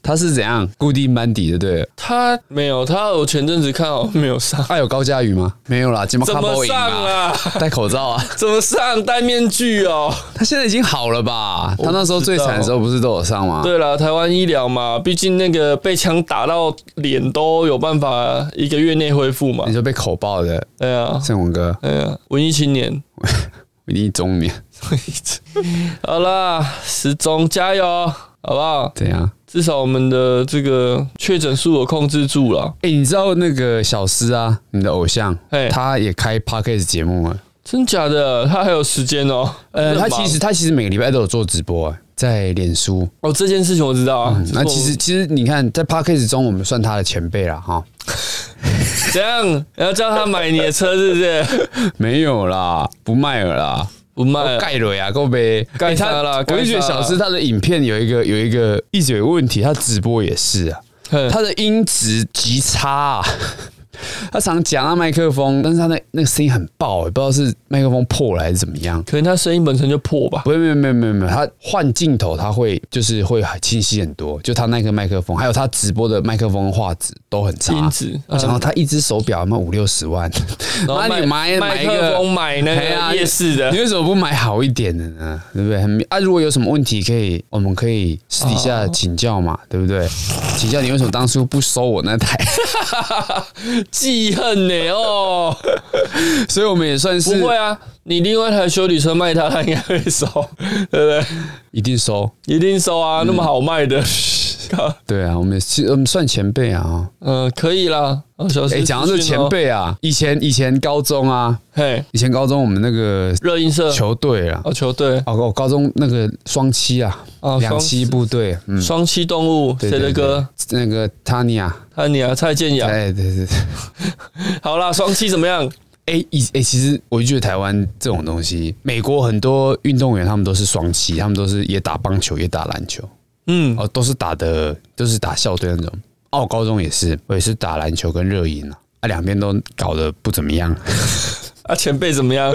Speaker 1: 他是怎样固定班底的？对了，
Speaker 2: 他没有，他有前阵子看好像没有上，
Speaker 1: 他有高佳宇吗？没有啦，金毛
Speaker 2: 怎
Speaker 1: 卡
Speaker 2: 么
Speaker 1: 波赢
Speaker 2: 上
Speaker 1: 啊，
Speaker 2: 啊？
Speaker 1: 戴口罩啊。
Speaker 2: 怎么上？戴面具哦。
Speaker 1: 他现在已经好了吧？
Speaker 2: 知
Speaker 1: 他
Speaker 2: 道
Speaker 1: 那时候最惨的时候不是都有上吗？
Speaker 2: 对了，台湾医疗嘛，毕竟那个被枪打到脸都有办法一个月内恢复嘛
Speaker 1: 你。就被口爆的
Speaker 2: 对啊，
Speaker 1: 盛文哥，
Speaker 2: 对啊，文艺青年。
Speaker 1: 一定中年
Speaker 2: 好啦，时钟加油，好不好？
Speaker 1: 怎样？
Speaker 2: 至少我们的这个确诊数有控制住了。
Speaker 1: 哎、你知道那个小诗啊，你的偶像
Speaker 2: 嘿，
Speaker 1: 他也开 podcast 节目了。
Speaker 2: 真假的？他还有时间哦。
Speaker 1: 呃，
Speaker 2: 很
Speaker 1: 他
Speaker 2: 忙
Speaker 1: 其实他其实每个礼拜都有做直播、啊，在脸书。
Speaker 2: 哦，这件事情我知道啊。
Speaker 1: 嗯那其实其实你看，在 podcast 中我们算他的前辈了哈。
Speaker 2: 怎样？你要叫他买你的车是 不是？
Speaker 1: 没有啦，不卖了啦，
Speaker 2: 不卖啊了，
Speaker 1: 盖了呀，够呗。
Speaker 2: 盖
Speaker 1: 欸
Speaker 2: 他啦
Speaker 1: 我
Speaker 2: 盖
Speaker 1: 就觉得
Speaker 2: 他
Speaker 1: 小
Speaker 2: 啦
Speaker 1: 诗他的影片有一个有一个一直有一个问题，他直播也是啊。
Speaker 2: 他
Speaker 1: 他的音质极差、啊。 他常讲那麦克风，但是他那那个声音很爆、欸，不知道是麦克风破了还是怎么样。
Speaker 2: 可能他声音本身就破吧。
Speaker 1: 不会，没有没有没有没有，他换镜头他会就是会清晰很多，就他那个麦克风，还有他直播的麦克风画质都很差。
Speaker 2: 音质
Speaker 1: 啊
Speaker 2: 嗯啊
Speaker 1: 我想到他一只手表有没有五六十万？
Speaker 2: 然后
Speaker 1: 那你买买
Speaker 2: 麦
Speaker 1: 一
Speaker 2: 克
Speaker 1: 个
Speaker 2: 风买那
Speaker 1: 哎呀
Speaker 2: 个夜市的
Speaker 1: 你，为什么不买好一点的呢？对不对？很啊，如果有什么问题，可以我们可以私底
Speaker 2: 哦
Speaker 1: 下请教嘛，对不对？请教你为什么当初不收我那 台？
Speaker 2: 记恨呢哦。
Speaker 1: 所以我们也算是
Speaker 2: 不会啊，你另外一台修理车卖他，他应该会收，对不对？
Speaker 1: 一定收。
Speaker 2: 一定收啊，那么好卖的。 靠
Speaker 1: 对啊，我们也是我们算前辈啊。
Speaker 2: 嗯，可以啦。哦小
Speaker 1: 哎、
Speaker 2: 石
Speaker 1: 讲到这
Speaker 2: 资讯
Speaker 1: 前，
Speaker 2: 哦
Speaker 1: 辈啊，以前以前高中啊，
Speaker 2: 嘿，
Speaker 1: 以前高中我们那个
Speaker 2: 热映社
Speaker 1: 球队啊，
Speaker 2: 哦，球队
Speaker 1: 哦，我高中那个双七啊
Speaker 2: 哦，
Speaker 1: 两
Speaker 2: 双
Speaker 1: 栖部队，嗯，
Speaker 2: 双栖动物
Speaker 1: 对
Speaker 2: 谁的歌？？
Speaker 1: 对对那个 Tanya，
Speaker 2: 看你啊，蔡健雅。
Speaker 1: 哎，对对对，
Speaker 2: 好啦，双栖怎么样？
Speaker 1: 哎，以哎，其实我就觉得台湾这种东西，美国很多运动员他们都是双栖，他们都是也打棒球，也打篮球，
Speaker 2: 嗯，
Speaker 1: 哦，都是打的，都是打校队那种。哦，我高中也是，我也是打篮球跟热饮啊，啊，两边都搞得不怎么样。
Speaker 2: 啊，前辈怎么样？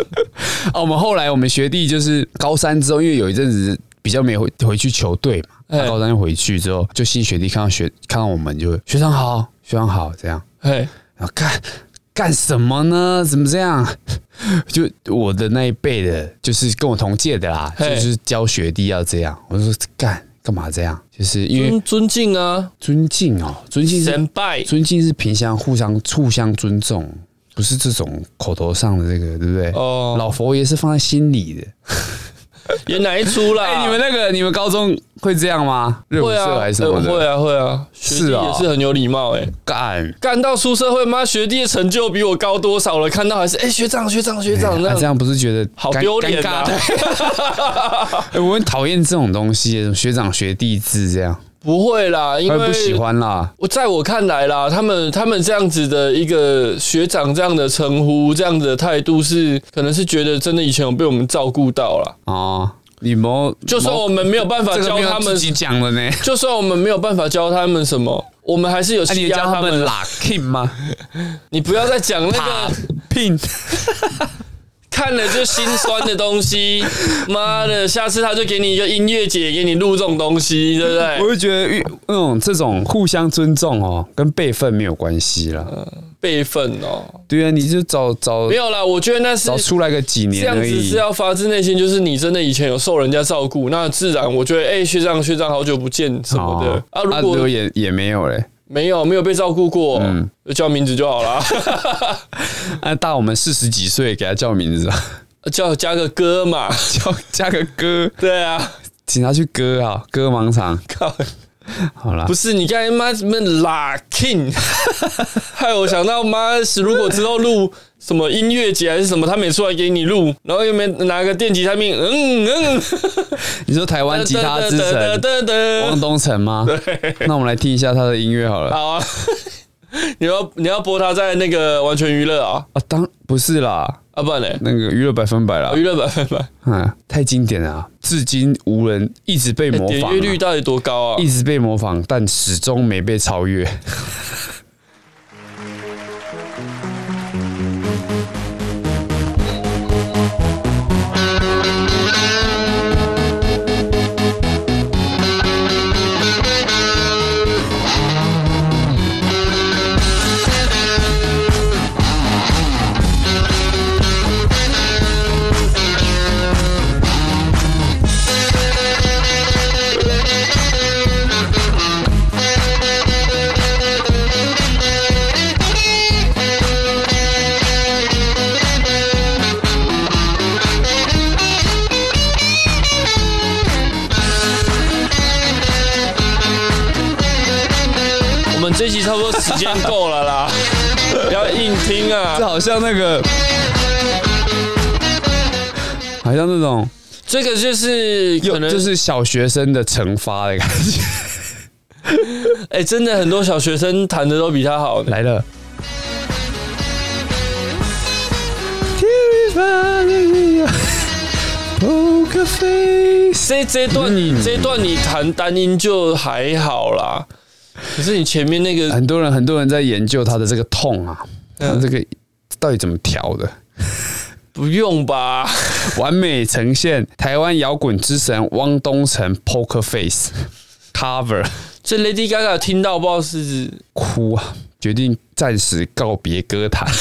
Speaker 1: 哦，我们后来我们学弟就是高三之后，因为有一阵子比较没回回去球队嘛，
Speaker 2: 哎
Speaker 1: 他高三回去之后，就新学弟看到学看到我们就学长好，学长好这样，
Speaker 2: 嘿，
Speaker 1: 然后啊干干什么呢？怎么这样？就我的那一辈的，就是跟我同届的啦，
Speaker 2: 嘿
Speaker 1: 就是教学弟要这样，我就说干干嘛这样？就是因为
Speaker 2: 尊尊敬啊，
Speaker 1: 尊敬哦，尊敬是
Speaker 2: 前辈。
Speaker 1: 尊敬是平常互相互相尊重，不是这种口头上的这个，对不对？
Speaker 2: 哦
Speaker 1: 老佛爷是放在心里的。
Speaker 2: 演哪一出啦？
Speaker 1: 哎、你们那个你们高中会这样吗？热舞
Speaker 2: 啊会
Speaker 1: 社
Speaker 2: 啊，
Speaker 1: 还是什么的？
Speaker 2: 会啊，会啊，学弟
Speaker 1: 是啊
Speaker 2: 也是很有礼貌哎、
Speaker 1: 干。
Speaker 2: 干到出社会，妈学弟的成就比我高多少了？看到还是哎、学长学长学
Speaker 1: 哎
Speaker 2: 长那
Speaker 1: 啊这
Speaker 2: 样，
Speaker 1: 样不是觉得
Speaker 2: 好
Speaker 1: 尴
Speaker 2: 丢脸
Speaker 1: 尴
Speaker 2: 啊
Speaker 1: 尬！ 哎 我很讨厌这种东西，学长学弟制这样，
Speaker 2: 不会啦，因
Speaker 1: 我也
Speaker 2: 为
Speaker 1: 不喜。欢啦。
Speaker 2: 我在我看来啦，他们他们这样子的一个学长这样的称呼，这样子的态度是，可能是觉得真的以前有被我们照顾到啦。
Speaker 1: 哦，你们
Speaker 2: 就算我们没有办法
Speaker 1: 这个
Speaker 2: 教
Speaker 1: 没有
Speaker 2: 他们啊
Speaker 1: 自，己讲的 呢，
Speaker 2: 就算我们没有办法教他们什么，我们还是有
Speaker 1: 那啊你
Speaker 2: 欺
Speaker 1: 也
Speaker 2: 压
Speaker 1: 教他
Speaker 2: 他
Speaker 1: 们
Speaker 2: 们。
Speaker 1: 拉 king 吗？
Speaker 2: 你不要再讲 那个
Speaker 1: 拼
Speaker 2: 看了就心酸的东 西，妈的，下次他就给你一个音乐节，给你录这种东西，对不
Speaker 1: 我
Speaker 2: 对？
Speaker 1: 就觉得遇那种这种互相尊重哦，跟辈分没有关系啦。
Speaker 2: 备份哦，
Speaker 1: 对啊，你就找找
Speaker 2: 呃没有啦，我觉得那是
Speaker 1: 找出来个几
Speaker 2: 这
Speaker 1: 年
Speaker 2: 样
Speaker 1: 而
Speaker 2: 子
Speaker 1: 已
Speaker 2: 是。要发自内心，就是你真的以前有受人家照顾，那自然我觉得，哎、学长学长好久不见什么的、
Speaker 1: 哦
Speaker 2: 啊，如果
Speaker 1: 也也没有 嘞，
Speaker 2: 没有没有被照顾过，
Speaker 1: 嗯
Speaker 2: 就叫名字就好啦，
Speaker 1: 啊，大我们四十几岁，给他叫名字啊，
Speaker 2: 叫加个 哥嘛，
Speaker 1: 叫加个哥，
Speaker 2: 对啊，
Speaker 1: 请他去割啊，割盲肠。
Speaker 2: 靠。
Speaker 1: 好啦，
Speaker 2: 不是你刚才妈什么拉 king，害我想到妈，如果之后录什么音乐节还是什么，他们也出来给你录，然后又没拿个电吉他命，嗯嗯，
Speaker 1: 你说台
Speaker 2: 呃
Speaker 1: 湾吉他之神
Speaker 2: 噔
Speaker 1: 汪
Speaker 2: 噔，
Speaker 1: 东城吗？那我们来听一下他的音乐好了。
Speaker 2: 好啊， 你要你要播他在那个完全娱乐啊，
Speaker 1: 啊，当不是啦，
Speaker 2: 啊不然嘞，
Speaker 1: 那个娱乐百分百啦
Speaker 2: 啊，娱乐 版分版，
Speaker 1: 嗯，太经典了啊，至今无人一直被
Speaker 2: 哎
Speaker 1: 模
Speaker 2: 点
Speaker 1: 仿
Speaker 2: 阅率
Speaker 1: 啊，
Speaker 2: 到底多高啊
Speaker 1: 一？直被模仿，但始终没被超越。
Speaker 2: 时间够了啦， 不要硬听啊
Speaker 1: 这！好像那个，好像那种
Speaker 2: 这个就是
Speaker 1: 又
Speaker 2: 可能
Speaker 1: 就是小学生的惩罚的感觉。
Speaker 2: 哎、真的很多小学生弹的都比他好。
Speaker 1: 来了， Oh,
Speaker 2: 这这一段你、
Speaker 1: 嗯
Speaker 2: 这一段你弹单音就还好啦，可是你前面那个
Speaker 1: 很多人很多人在研究他的这个痛啊，
Speaker 2: 嗯
Speaker 1: 他这个到底怎么调的？
Speaker 2: 不用吧？
Speaker 1: 完美呈现台湾摇滚之神汪东城 Poker Face Cover，
Speaker 2: 这 Lady Gaga 听到不知道是
Speaker 1: 哭啊，决定暂时告别歌坛。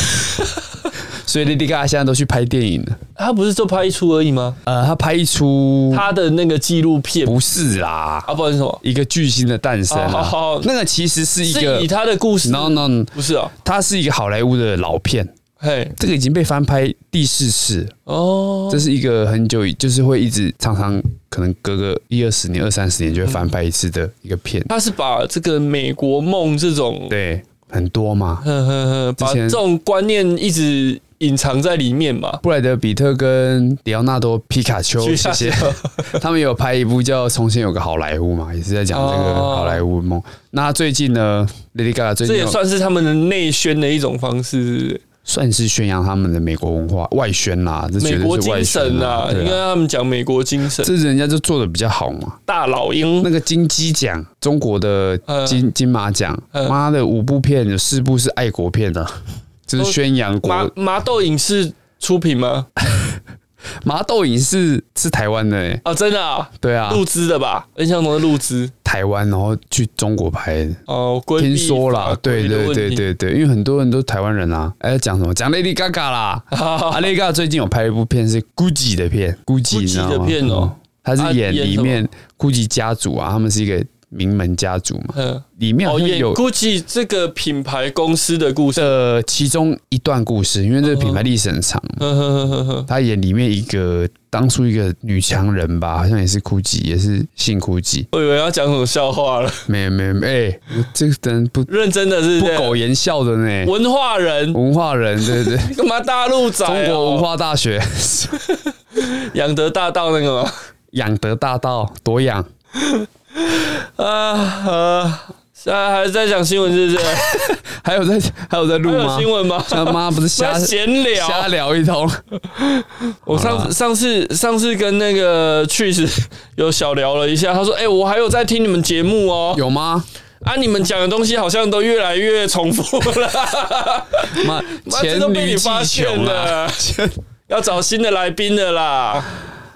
Speaker 1: 所以 Lady Gaga 现在都去拍电影了。
Speaker 2: 她不是就拍一出而已吗？
Speaker 1: 呃，他拍一出，
Speaker 2: 她的那个纪录片
Speaker 1: 不是啦，
Speaker 2: 啊，不然是什么？
Speaker 1: 一个巨星的诞生
Speaker 2: 哦好
Speaker 1: 啊
Speaker 2: 好，
Speaker 1: 那个其实是一个
Speaker 2: 是以她的故事
Speaker 1: ，no no，no，
Speaker 2: 不是哦，
Speaker 1: 它是一个好莱坞的老片，
Speaker 2: 嘿，
Speaker 1: 这个已经被翻拍第四次了，
Speaker 2: 哦，
Speaker 1: 这是一个很久以，就是会一直常常可能隔个一二十年、二三十年就会翻拍一次的一个片，
Speaker 2: 她是把这个美国梦这种，
Speaker 1: 对，很多嘛。
Speaker 2: 呵呵呵，把
Speaker 1: 之前
Speaker 2: 这种观念一直隐藏在里面嘛。
Speaker 1: 布莱德比特跟迪奥纳多皮卡 丘，
Speaker 2: 皮
Speaker 1: 谢
Speaker 2: 卡丘
Speaker 1: 谢，他们有拍一部叫《从前有个好莱坞》嘛，也是在讲这个
Speaker 2: 哦
Speaker 1: 好莱坞梦。那最近呢，Lady Gaga 最
Speaker 2: 这
Speaker 1: 近
Speaker 2: 也
Speaker 1: 有
Speaker 2: 算是他们的内宣的一种方式是不是
Speaker 1: 算是宣扬他们的美国文化外宣啦，这绝
Speaker 2: 美国
Speaker 1: 对是外
Speaker 2: 精
Speaker 1: 宣
Speaker 2: 神
Speaker 1: 啦
Speaker 2: 啊，，应该
Speaker 1: 对啊，
Speaker 2: 他们讲美国精神，
Speaker 1: 这人家就做的比较好嘛。
Speaker 2: 大老鹰
Speaker 1: 那个金鸡奖，中国的
Speaker 2: 呃
Speaker 1: 金、金马奖，
Speaker 2: 呃
Speaker 1: 妈的五部片有四部是爱国片 的、就是宣扬国
Speaker 2: 麻麻豆影视出品吗？
Speaker 1: 麻豆影视是台湾的、欸，
Speaker 2: 啊，真的啊，
Speaker 1: 对啊，
Speaker 2: 录资的吧？恩祥龙的录资
Speaker 1: 台湾然后去中国拍的。
Speaker 2: 哦，规避
Speaker 1: 听说啦
Speaker 2: 法，
Speaker 1: 对
Speaker 2: 规的
Speaker 1: 对
Speaker 2: 问
Speaker 1: 对
Speaker 2: 题，
Speaker 1: 对对，因为很多人都台湾人啊，哎，讲什么讲 Lady Gaga 啦啊，Lady Gaga 最近有拍一部片是 GUCCI 的片，GUCCI 你知道吗
Speaker 2: Gucci 的片哦
Speaker 1: 嗯他
Speaker 2: 啊
Speaker 1: 是演
Speaker 2: 演
Speaker 1: 里
Speaker 2: 什么
Speaker 1: 面 GUCCI 家族啊，他们是一个名门家族嘛，
Speaker 2: 嗯，
Speaker 1: 里面好
Speaker 2: 哦，
Speaker 1: 像
Speaker 2: 演
Speaker 1: 有
Speaker 2: GUCCI 这个品牌公司的故事，
Speaker 1: 的其中一段故事，因为这个品牌历史很长，
Speaker 2: 呵呵呵呵呵，
Speaker 1: 他演里面一个当初一个女强人吧，好像也是 GUCCI，也是姓 GUCCI，
Speaker 2: 我以为要讲什么笑话了，
Speaker 1: 没有没有，哎，这个人不
Speaker 2: 认真的是
Speaker 1: 不
Speaker 2: 不是
Speaker 1: 苟言笑的呢，
Speaker 2: 文化人，
Speaker 1: 文化人，对对对。
Speaker 2: 干嘛大陆仔哦？
Speaker 1: 中国文化大学
Speaker 2: 养德大道那个吗？
Speaker 1: 养德大道多养，
Speaker 2: 啊啊！现在还在讲新闻是不是？
Speaker 1: 还有在还有在 录
Speaker 2: 还
Speaker 1: 吗
Speaker 2: 有？新闻吗？
Speaker 1: 他 妈不是瞎
Speaker 2: 在闲聊
Speaker 1: 瞎啊聊一 通，
Speaker 2: 我上次上次上次跟那个 t r i s 有小聊了一下，他说：“哎、我还有在听你们节目哦，
Speaker 1: 有吗？
Speaker 2: 啊，你们讲的东西好像都越来越重复了，
Speaker 1: 妈
Speaker 2: 妈
Speaker 1: 黔
Speaker 2: 这都被
Speaker 1: 驴
Speaker 2: 你
Speaker 1: 技
Speaker 2: 发现
Speaker 1: 穷啊！
Speaker 2: 了， 要找新的来宾的啦。”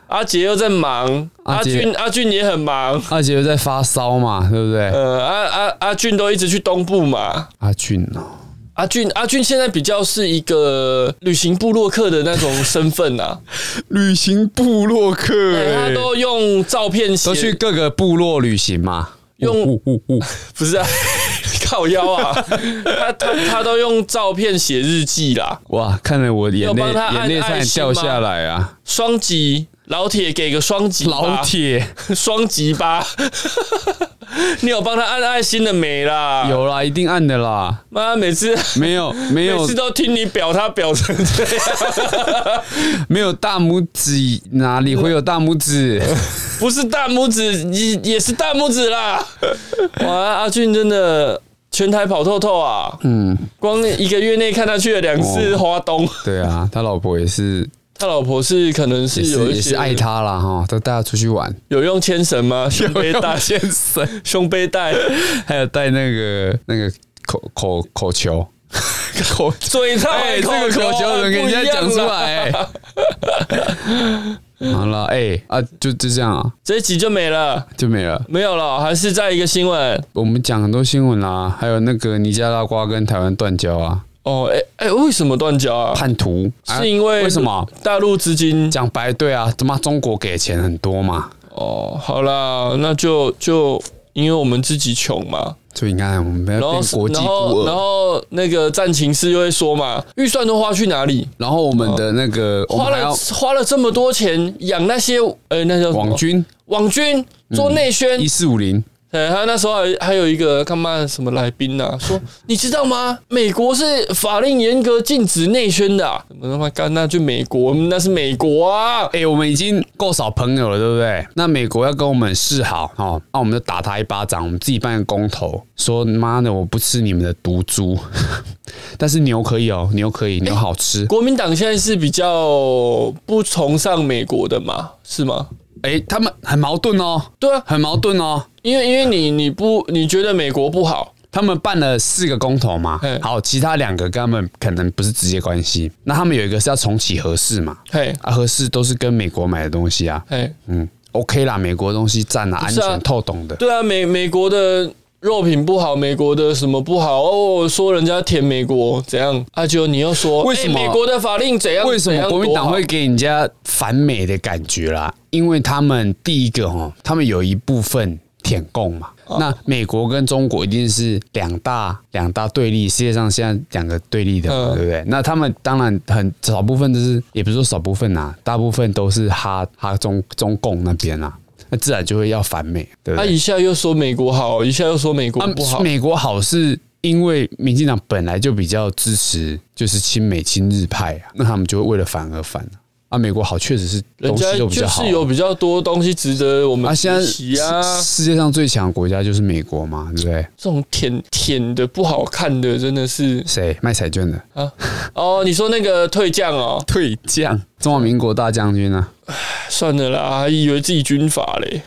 Speaker 2: 阿杰又在忙，
Speaker 1: 阿
Speaker 2: 阿
Speaker 1: 杰
Speaker 2: 俊阿俊也很忙，
Speaker 1: 阿杰又在发烧嘛，对不对？
Speaker 2: 呃，阿阿阿俊都一直去东部嘛。
Speaker 1: 阿俊哦，
Speaker 2: 阿俊阿俊现在比较是一个旅行部落客的那种身 份啊，
Speaker 1: 旅行部落客
Speaker 2: 对他
Speaker 1: 欸，
Speaker 2: 都用照片写
Speaker 1: 都去各个部落旅行嘛，
Speaker 2: 用
Speaker 1: 呜呜呜呜
Speaker 2: 不是啊，靠腰啊，他他他都用照片写日记啦，
Speaker 1: 哇，看得我眼
Speaker 2: 有
Speaker 1: 泪
Speaker 2: 帮他按
Speaker 1: 眼泪差点掉下来啊！
Speaker 2: 双击老铁给个双击吧，
Speaker 1: 老
Speaker 2: 啊
Speaker 1: 铁
Speaker 2: 双击吧， 你有帮他按爱心的没啦？，
Speaker 1: 有啦，一定按的啦，
Speaker 2: 妈每次。
Speaker 1: 没有没有
Speaker 2: 每次都听你表他表成这样，
Speaker 1: 没有大拇指哪里会有大拇 指？
Speaker 2: 不是大拇指也也是大拇指啦！哇，阿俊真的全台跑透透啊！
Speaker 1: 嗯，
Speaker 2: 光一个月内看他去了两次花东，
Speaker 1: 对啊，他老婆也是
Speaker 2: 他老婆是可能是
Speaker 1: 也
Speaker 2: 有
Speaker 1: 是
Speaker 2: 一
Speaker 1: 也
Speaker 2: 些
Speaker 1: 是爱他啦哈，都带他出去玩，
Speaker 2: 有用牵绳 吗？胸背带，
Speaker 1: 先生，
Speaker 2: 胸背带，
Speaker 1: 还有带那个那个口口口球，口
Speaker 2: 嘴套、
Speaker 1: 哎、这个口球怎么给人家讲出？来、好了，哎、啊，就就这样啊，
Speaker 2: 这一集就没了，
Speaker 1: 就没了。
Speaker 2: 没有了，还是在一个新闻
Speaker 1: 我们讲很多新闻啦、啊还有那个尼加拉瓜跟台湾断交啊，
Speaker 2: 哦。哎、哎、为什么断交啊？
Speaker 1: 叛徒啊
Speaker 2: 是因为
Speaker 1: 为什么？
Speaker 2: 大陆资金？
Speaker 1: 讲白对啊，他妈中国给钱很多嘛，
Speaker 2: 哦，好啦，那就就因为我们自己穷嘛，
Speaker 1: 所以你看我们要
Speaker 2: 然后
Speaker 1: 变国际
Speaker 2: 然
Speaker 1: 孤
Speaker 2: 后然
Speaker 1: 儿，
Speaker 2: 后那个战情室又会说嘛，预算都花去哪里？
Speaker 1: 然后我们的那个我
Speaker 2: 哦花
Speaker 1: 们还
Speaker 2: 了
Speaker 1: 要
Speaker 2: 花了这么多钱养那些呃、那叫什么
Speaker 1: 网军嗯
Speaker 2: 网军做内宣
Speaker 1: 一，四五零，
Speaker 2: 哎，他那时候还还有一个干嘛什么来宾呐、说你知道吗？ 美国是法令严格禁止内宣的、啊，怎么他妈干那去美国？嗯那是美国啊！
Speaker 1: 哎、我们已经够少朋友了，对不对？那美国要跟我们示好，哦，那我们就打他一巴掌，我们自己办个公投，说妈的，我不吃你们的毒猪， 但是牛可以哦，牛可以，牛好吃。
Speaker 2: 国民党现在是比较不崇尚美国的嘛，是吗？
Speaker 1: 哎、他们很矛盾哦，
Speaker 2: 对啊，
Speaker 1: 很矛盾哦。
Speaker 2: 因为因为你你不你觉得美国不好，
Speaker 1: 他们办了四个公投嘛
Speaker 2: 嗯，
Speaker 1: 好，其他两个跟他们可能不是直接关系。那他们有一个是要重启核试嘛，
Speaker 2: 嘿，
Speaker 1: 啊，核试都是跟美国买的东西啊，
Speaker 2: 嘿，
Speaker 1: 嗯，OK 啦，美国东西占了、
Speaker 2: 不
Speaker 1: 安
Speaker 2: 是啊
Speaker 1: 全透懂的，
Speaker 2: 对啊，美美国的肉品不好，美国的什么不好？哦，说人家舔美国怎样？阿、啊、就你又说
Speaker 1: 为什么
Speaker 2: 哎美国的法令怎样？
Speaker 1: 为什
Speaker 2: 怎
Speaker 1: 么
Speaker 2: 样
Speaker 1: 国民党会给人家反美的感觉啦？因为他们第一个哈，他们有一部分舔共嘛。
Speaker 2: 啊
Speaker 1: 那美国跟中国一定是两大两大对立，世界上现在两个对立的嘛，
Speaker 2: 嗯
Speaker 1: 对不对？那他们当然很少部分就是，也不是说少部分啊，大部分都是哈哈中中共那边啊，那自然就会要反美，对
Speaker 2: 多
Speaker 1: 不
Speaker 2: 好？他、
Speaker 1: 对？
Speaker 2: 一下又说美国好，一下又说美国不好。
Speaker 1: 啊美国好是因为民进党本来就比较支持就是亲美亲日派啊，那他们就会为了反而反啊。啊美国好确实是
Speaker 2: 人
Speaker 1: 东
Speaker 2: 家
Speaker 1: 西都比较
Speaker 2: 就
Speaker 1: 好啊、
Speaker 2: 是有比较多东西值得我
Speaker 1: 啊，
Speaker 2: 们
Speaker 1: 现在
Speaker 2: 学习啊，
Speaker 1: 世世界上最强的国家就是美国嘛，对不对？
Speaker 2: 这种舔舔的不好看的真的是
Speaker 1: 谁卖彩券的？
Speaker 2: 啊哦，你说那个退将哦，
Speaker 1: 退将，中华民国大将军啊，
Speaker 2: 算了啦，还以为自己军阀嘞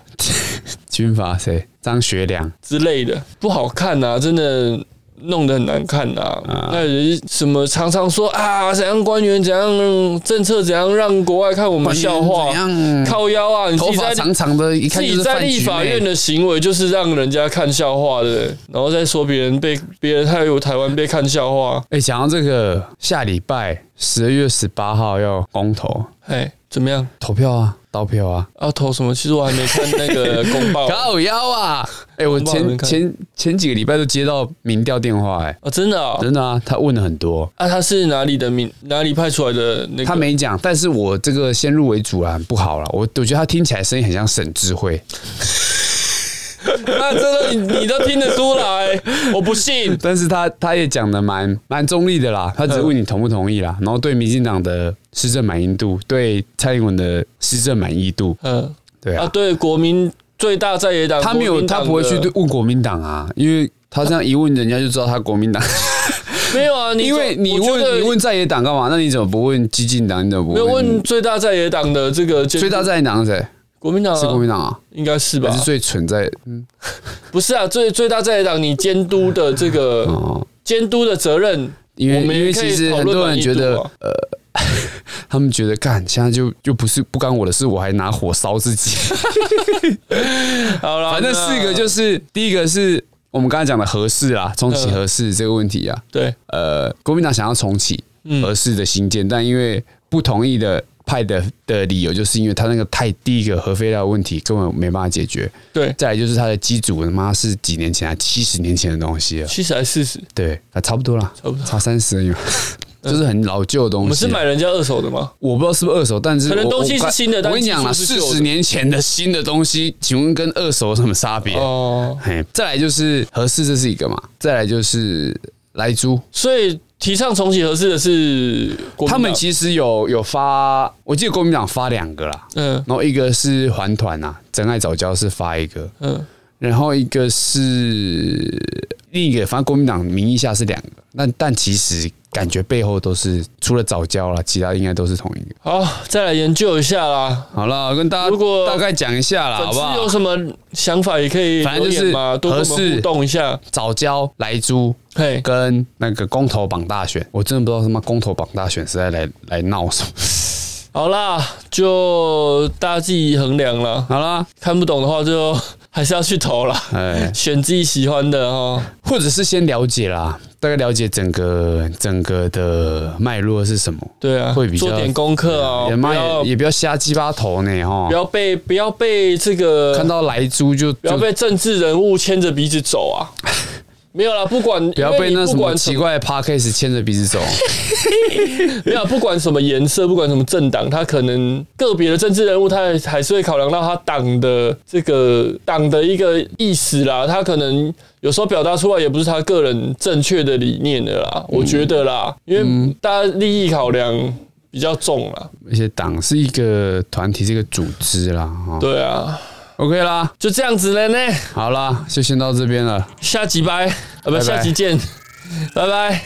Speaker 1: 军阀谁？张学良。
Speaker 2: 之类的，不好看呐、真的弄得很难看呐、
Speaker 1: 啊
Speaker 2: 那人什么常常说啊，怎样官员怎样政策怎样让国外看我们笑话，
Speaker 1: 官员怎样
Speaker 2: 靠腰啊，你自
Speaker 1: 头
Speaker 2: 己
Speaker 1: 发
Speaker 2: 在
Speaker 1: 长长的，一
Speaker 2: 自
Speaker 1: 看就
Speaker 2: 己
Speaker 1: 是
Speaker 2: 在
Speaker 1: 饭
Speaker 2: 立
Speaker 1: 局
Speaker 2: 法
Speaker 1: 妹
Speaker 2: 院的行为就是让人家看笑话的，然后再说别人被别人还有台湾被看笑话，
Speaker 1: 哎、讲到这个，下礼拜十二月十八号要公投
Speaker 2: 哎，怎么样？
Speaker 1: 投票啊，投票啊，
Speaker 2: 要投什么？其实我还没看那 个公报啊，
Speaker 1: 靠腰啊！哎、我
Speaker 2: 我帮你
Speaker 1: 前
Speaker 2: 看
Speaker 1: 前前几个礼拜都接到民调电话、哎，
Speaker 2: 哦真的啊、
Speaker 1: 真的啊，他问了很多，
Speaker 2: 啊，他是哪里的民哪里派出来的那个？
Speaker 1: 他 没讲，但是我这个先入为主啦，很不好啦，我我觉得他听起来声音很像沈智 慧，
Speaker 2: 啊那真的你你都听得出 来，我不信。
Speaker 1: 但是他他也讲的蛮蛮中立的啦，他只是问你同不同意
Speaker 2: 嗯
Speaker 1: 啦，然后对民进党的施政满意度，对蔡英文的施政满意度，
Speaker 2: 嗯，
Speaker 1: 对
Speaker 2: 啊，
Speaker 1: 啊，
Speaker 2: 对，国民最大在野党，
Speaker 1: 他没
Speaker 2: 国
Speaker 1: 有
Speaker 2: 民党
Speaker 1: 他
Speaker 2: 的
Speaker 1: 不会去对问国民党啊，因为他这样一问，人家就知道他国民党。
Speaker 2: 没有 啊，你
Speaker 1: 因为你
Speaker 2: 我觉得
Speaker 1: 问你问在野党干嘛？那你怎么不问激进党？你怎么不
Speaker 2: 没有问
Speaker 1: 问？
Speaker 2: 最大在野党的这个监
Speaker 1: 最大在野党是谁？
Speaker 2: 国民党啊
Speaker 1: 是国民党啊，
Speaker 2: 应该是吧
Speaker 1: 还？是最存在？
Speaker 2: 不是啊，最最大在野党你监督的这个
Speaker 1: 哦，
Speaker 2: 监督的责任，
Speaker 1: 因为
Speaker 2: 我
Speaker 1: 因
Speaker 2: 们也
Speaker 1: 为
Speaker 2: 可以
Speaker 1: 其实
Speaker 2: 讨
Speaker 1: 很
Speaker 2: 论
Speaker 1: 多人
Speaker 2: 满意
Speaker 1: 觉
Speaker 2: 度
Speaker 1: 得
Speaker 2: 啊，
Speaker 1: 呃， 他们觉得干，现在就就不是不干我的事，我还拿火烧自 己。
Speaker 2: 啊好啦，
Speaker 1: 反正
Speaker 2: 那
Speaker 1: 四个就是第一个是我们刚才讲的合适啊，重启合适这个问题啊，
Speaker 2: 对，
Speaker 1: 呃，国民党想要重启
Speaker 2: 嗯
Speaker 1: 合适的新建，但因为不同意的。派的的理由就是因为他那个太第一个核废料问题根本没办法解决，
Speaker 2: 对，
Speaker 1: 再来就是它的机组，他妈是几年前啊，七十年前的东西啊了，
Speaker 2: 七十还四十，
Speaker 1: 对，啊，差不多啦，
Speaker 2: 差不多嗯
Speaker 1: 差三十而已嘛，就是很老旧的东西。
Speaker 2: 我们是买人家二手的吗？
Speaker 1: 我不知道是不是二手，但是
Speaker 2: 可能
Speaker 1: 我
Speaker 2: 东西
Speaker 1: 我
Speaker 2: 是
Speaker 1: 看
Speaker 2: 新的但
Speaker 1: 我跟你
Speaker 2: 技术
Speaker 1: 讲啦，
Speaker 2: 是
Speaker 1: 四
Speaker 2: 旧的
Speaker 1: 十年前的新的东西，请问跟二手有什么差别？
Speaker 2: 哦，
Speaker 1: 嘿，再来就是合适，这是一个嘛。再来就是莱猪，
Speaker 2: 所以提倡重启合适的是国民党
Speaker 1: 他们其实有有发，我记得国民党发两个啦，
Speaker 2: 嗯
Speaker 1: 然后一个是环团啊，真爱早教是发一个，
Speaker 2: 嗯
Speaker 1: 然后一个是另一个，反正国民党名义下是两个，那但其实感觉背后都是除了早教啦，其他应该都是同一个。
Speaker 2: 好，再来研究一下啦。
Speaker 1: 好了，跟大家
Speaker 2: 如果
Speaker 1: 大概讲一下啦，
Speaker 2: 粉
Speaker 1: 好不
Speaker 2: 丝有
Speaker 1: 好？
Speaker 2: 什么想法也可以
Speaker 1: 反正
Speaker 2: 留
Speaker 1: 就是
Speaker 2: 言嘛，多跟我
Speaker 1: 合
Speaker 2: 们
Speaker 1: 适
Speaker 2: 互动一下。
Speaker 1: 早教、莱猪
Speaker 2: 嘿，
Speaker 1: 跟那个公投榜大选，我真的不知道他妈公投榜大选是在来来闹什么。
Speaker 2: 好啦，就大家自己衡量啦。
Speaker 1: 好啦，
Speaker 2: 看不懂的话，就 还是要去投啦，
Speaker 1: 哎，
Speaker 2: 选自己喜欢的哦。
Speaker 1: 或者是先了解啦，大概了解整个整个的脉络是什么，
Speaker 2: 对啊，
Speaker 1: 会比较
Speaker 2: 做点功课哦
Speaker 1: 也，
Speaker 2: 不
Speaker 1: 妈
Speaker 2: 要
Speaker 1: 也也不要瞎鸡巴头呢哈
Speaker 2: 不。要被不要被这个
Speaker 1: 看到来猪就
Speaker 2: 不要
Speaker 1: 就
Speaker 2: 被政治人物牵着鼻子走啊！没有啦，不管
Speaker 1: 不要被那什
Speaker 2: 不
Speaker 1: 么
Speaker 2: 管什
Speaker 1: 奇怪的 podcast 牵着鼻子走。
Speaker 2: 没有，啊不管什么颜色，不管什么政党，他可能个别的政治人物，他还是会考量到他党的这个党的一个意思啦。他可能有时候表达出来也不是他个人正确的理念的啦，
Speaker 1: 嗯
Speaker 2: 我觉得啦，因为大家利益考量比较重啦。
Speaker 1: 而且党是一个团体，是一个组织啦。哈、
Speaker 2: 对啊，
Speaker 1: o k 啦，
Speaker 2: 就这样子了呢，
Speaker 1: 好啦，就先到这边了。
Speaker 2: 下集拜，啊不，
Speaker 1: 拜
Speaker 2: 下集见，拜拜。